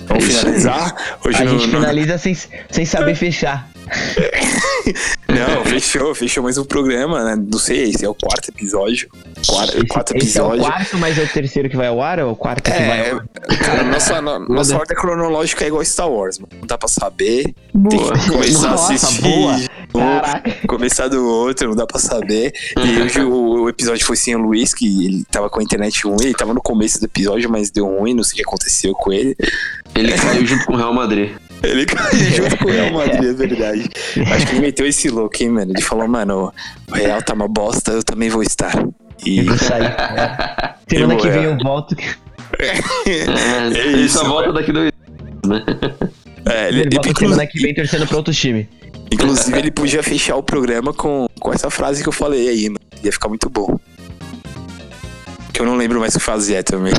Vamos
É isso aí.
finalizar. Hoje
A
não,
gente
não-
finaliza sem, sem saber fechar.
Não, fechou, fechou mais um programa, né? Não sei, esse é o quarto episódio. Quatro,
Esse,
quatro
esse é o
episódios.
quarto, mas é o terceiro que vai ao ar, ou é o quarto que vai
É,
ao ar?
cara, nossa, no- nossa ordem cronológica é igual Star Wars, mano. Não dá pra saber.
Boa.
Tem que começar
Nossa,
a assistir.
boa.
um,
Caraca.
Começar do outro, não dá pra saber. E hoje o, o episódio foi sem o Luiz, que ele tava com a internet ruim. Ele tava no começo do episódio, mas deu ruim, não sei o que aconteceu com ele.
Ele caiu junto com o Real Madrid.
Ele [laughs] caiu junto com o Real Madrid, é verdade. Acho que ele meteu esse louco, hein, mano. Ele falou, mano, o Real tá uma bosta, eu também vou estar. E
Eu vou sair.
[laughs]
É. Semana que vem eu volto.
É,
É
ele
isso,
só volta daqui dois
é, ele,
Ele volta
inclusive-
semana que vem torcendo pra outro time.
Inclusive, ele podia fechar o programa com, com essa frase que eu falei aí, né? mano. Ia ficar muito bom. Que eu não lembro mais o que fazia também.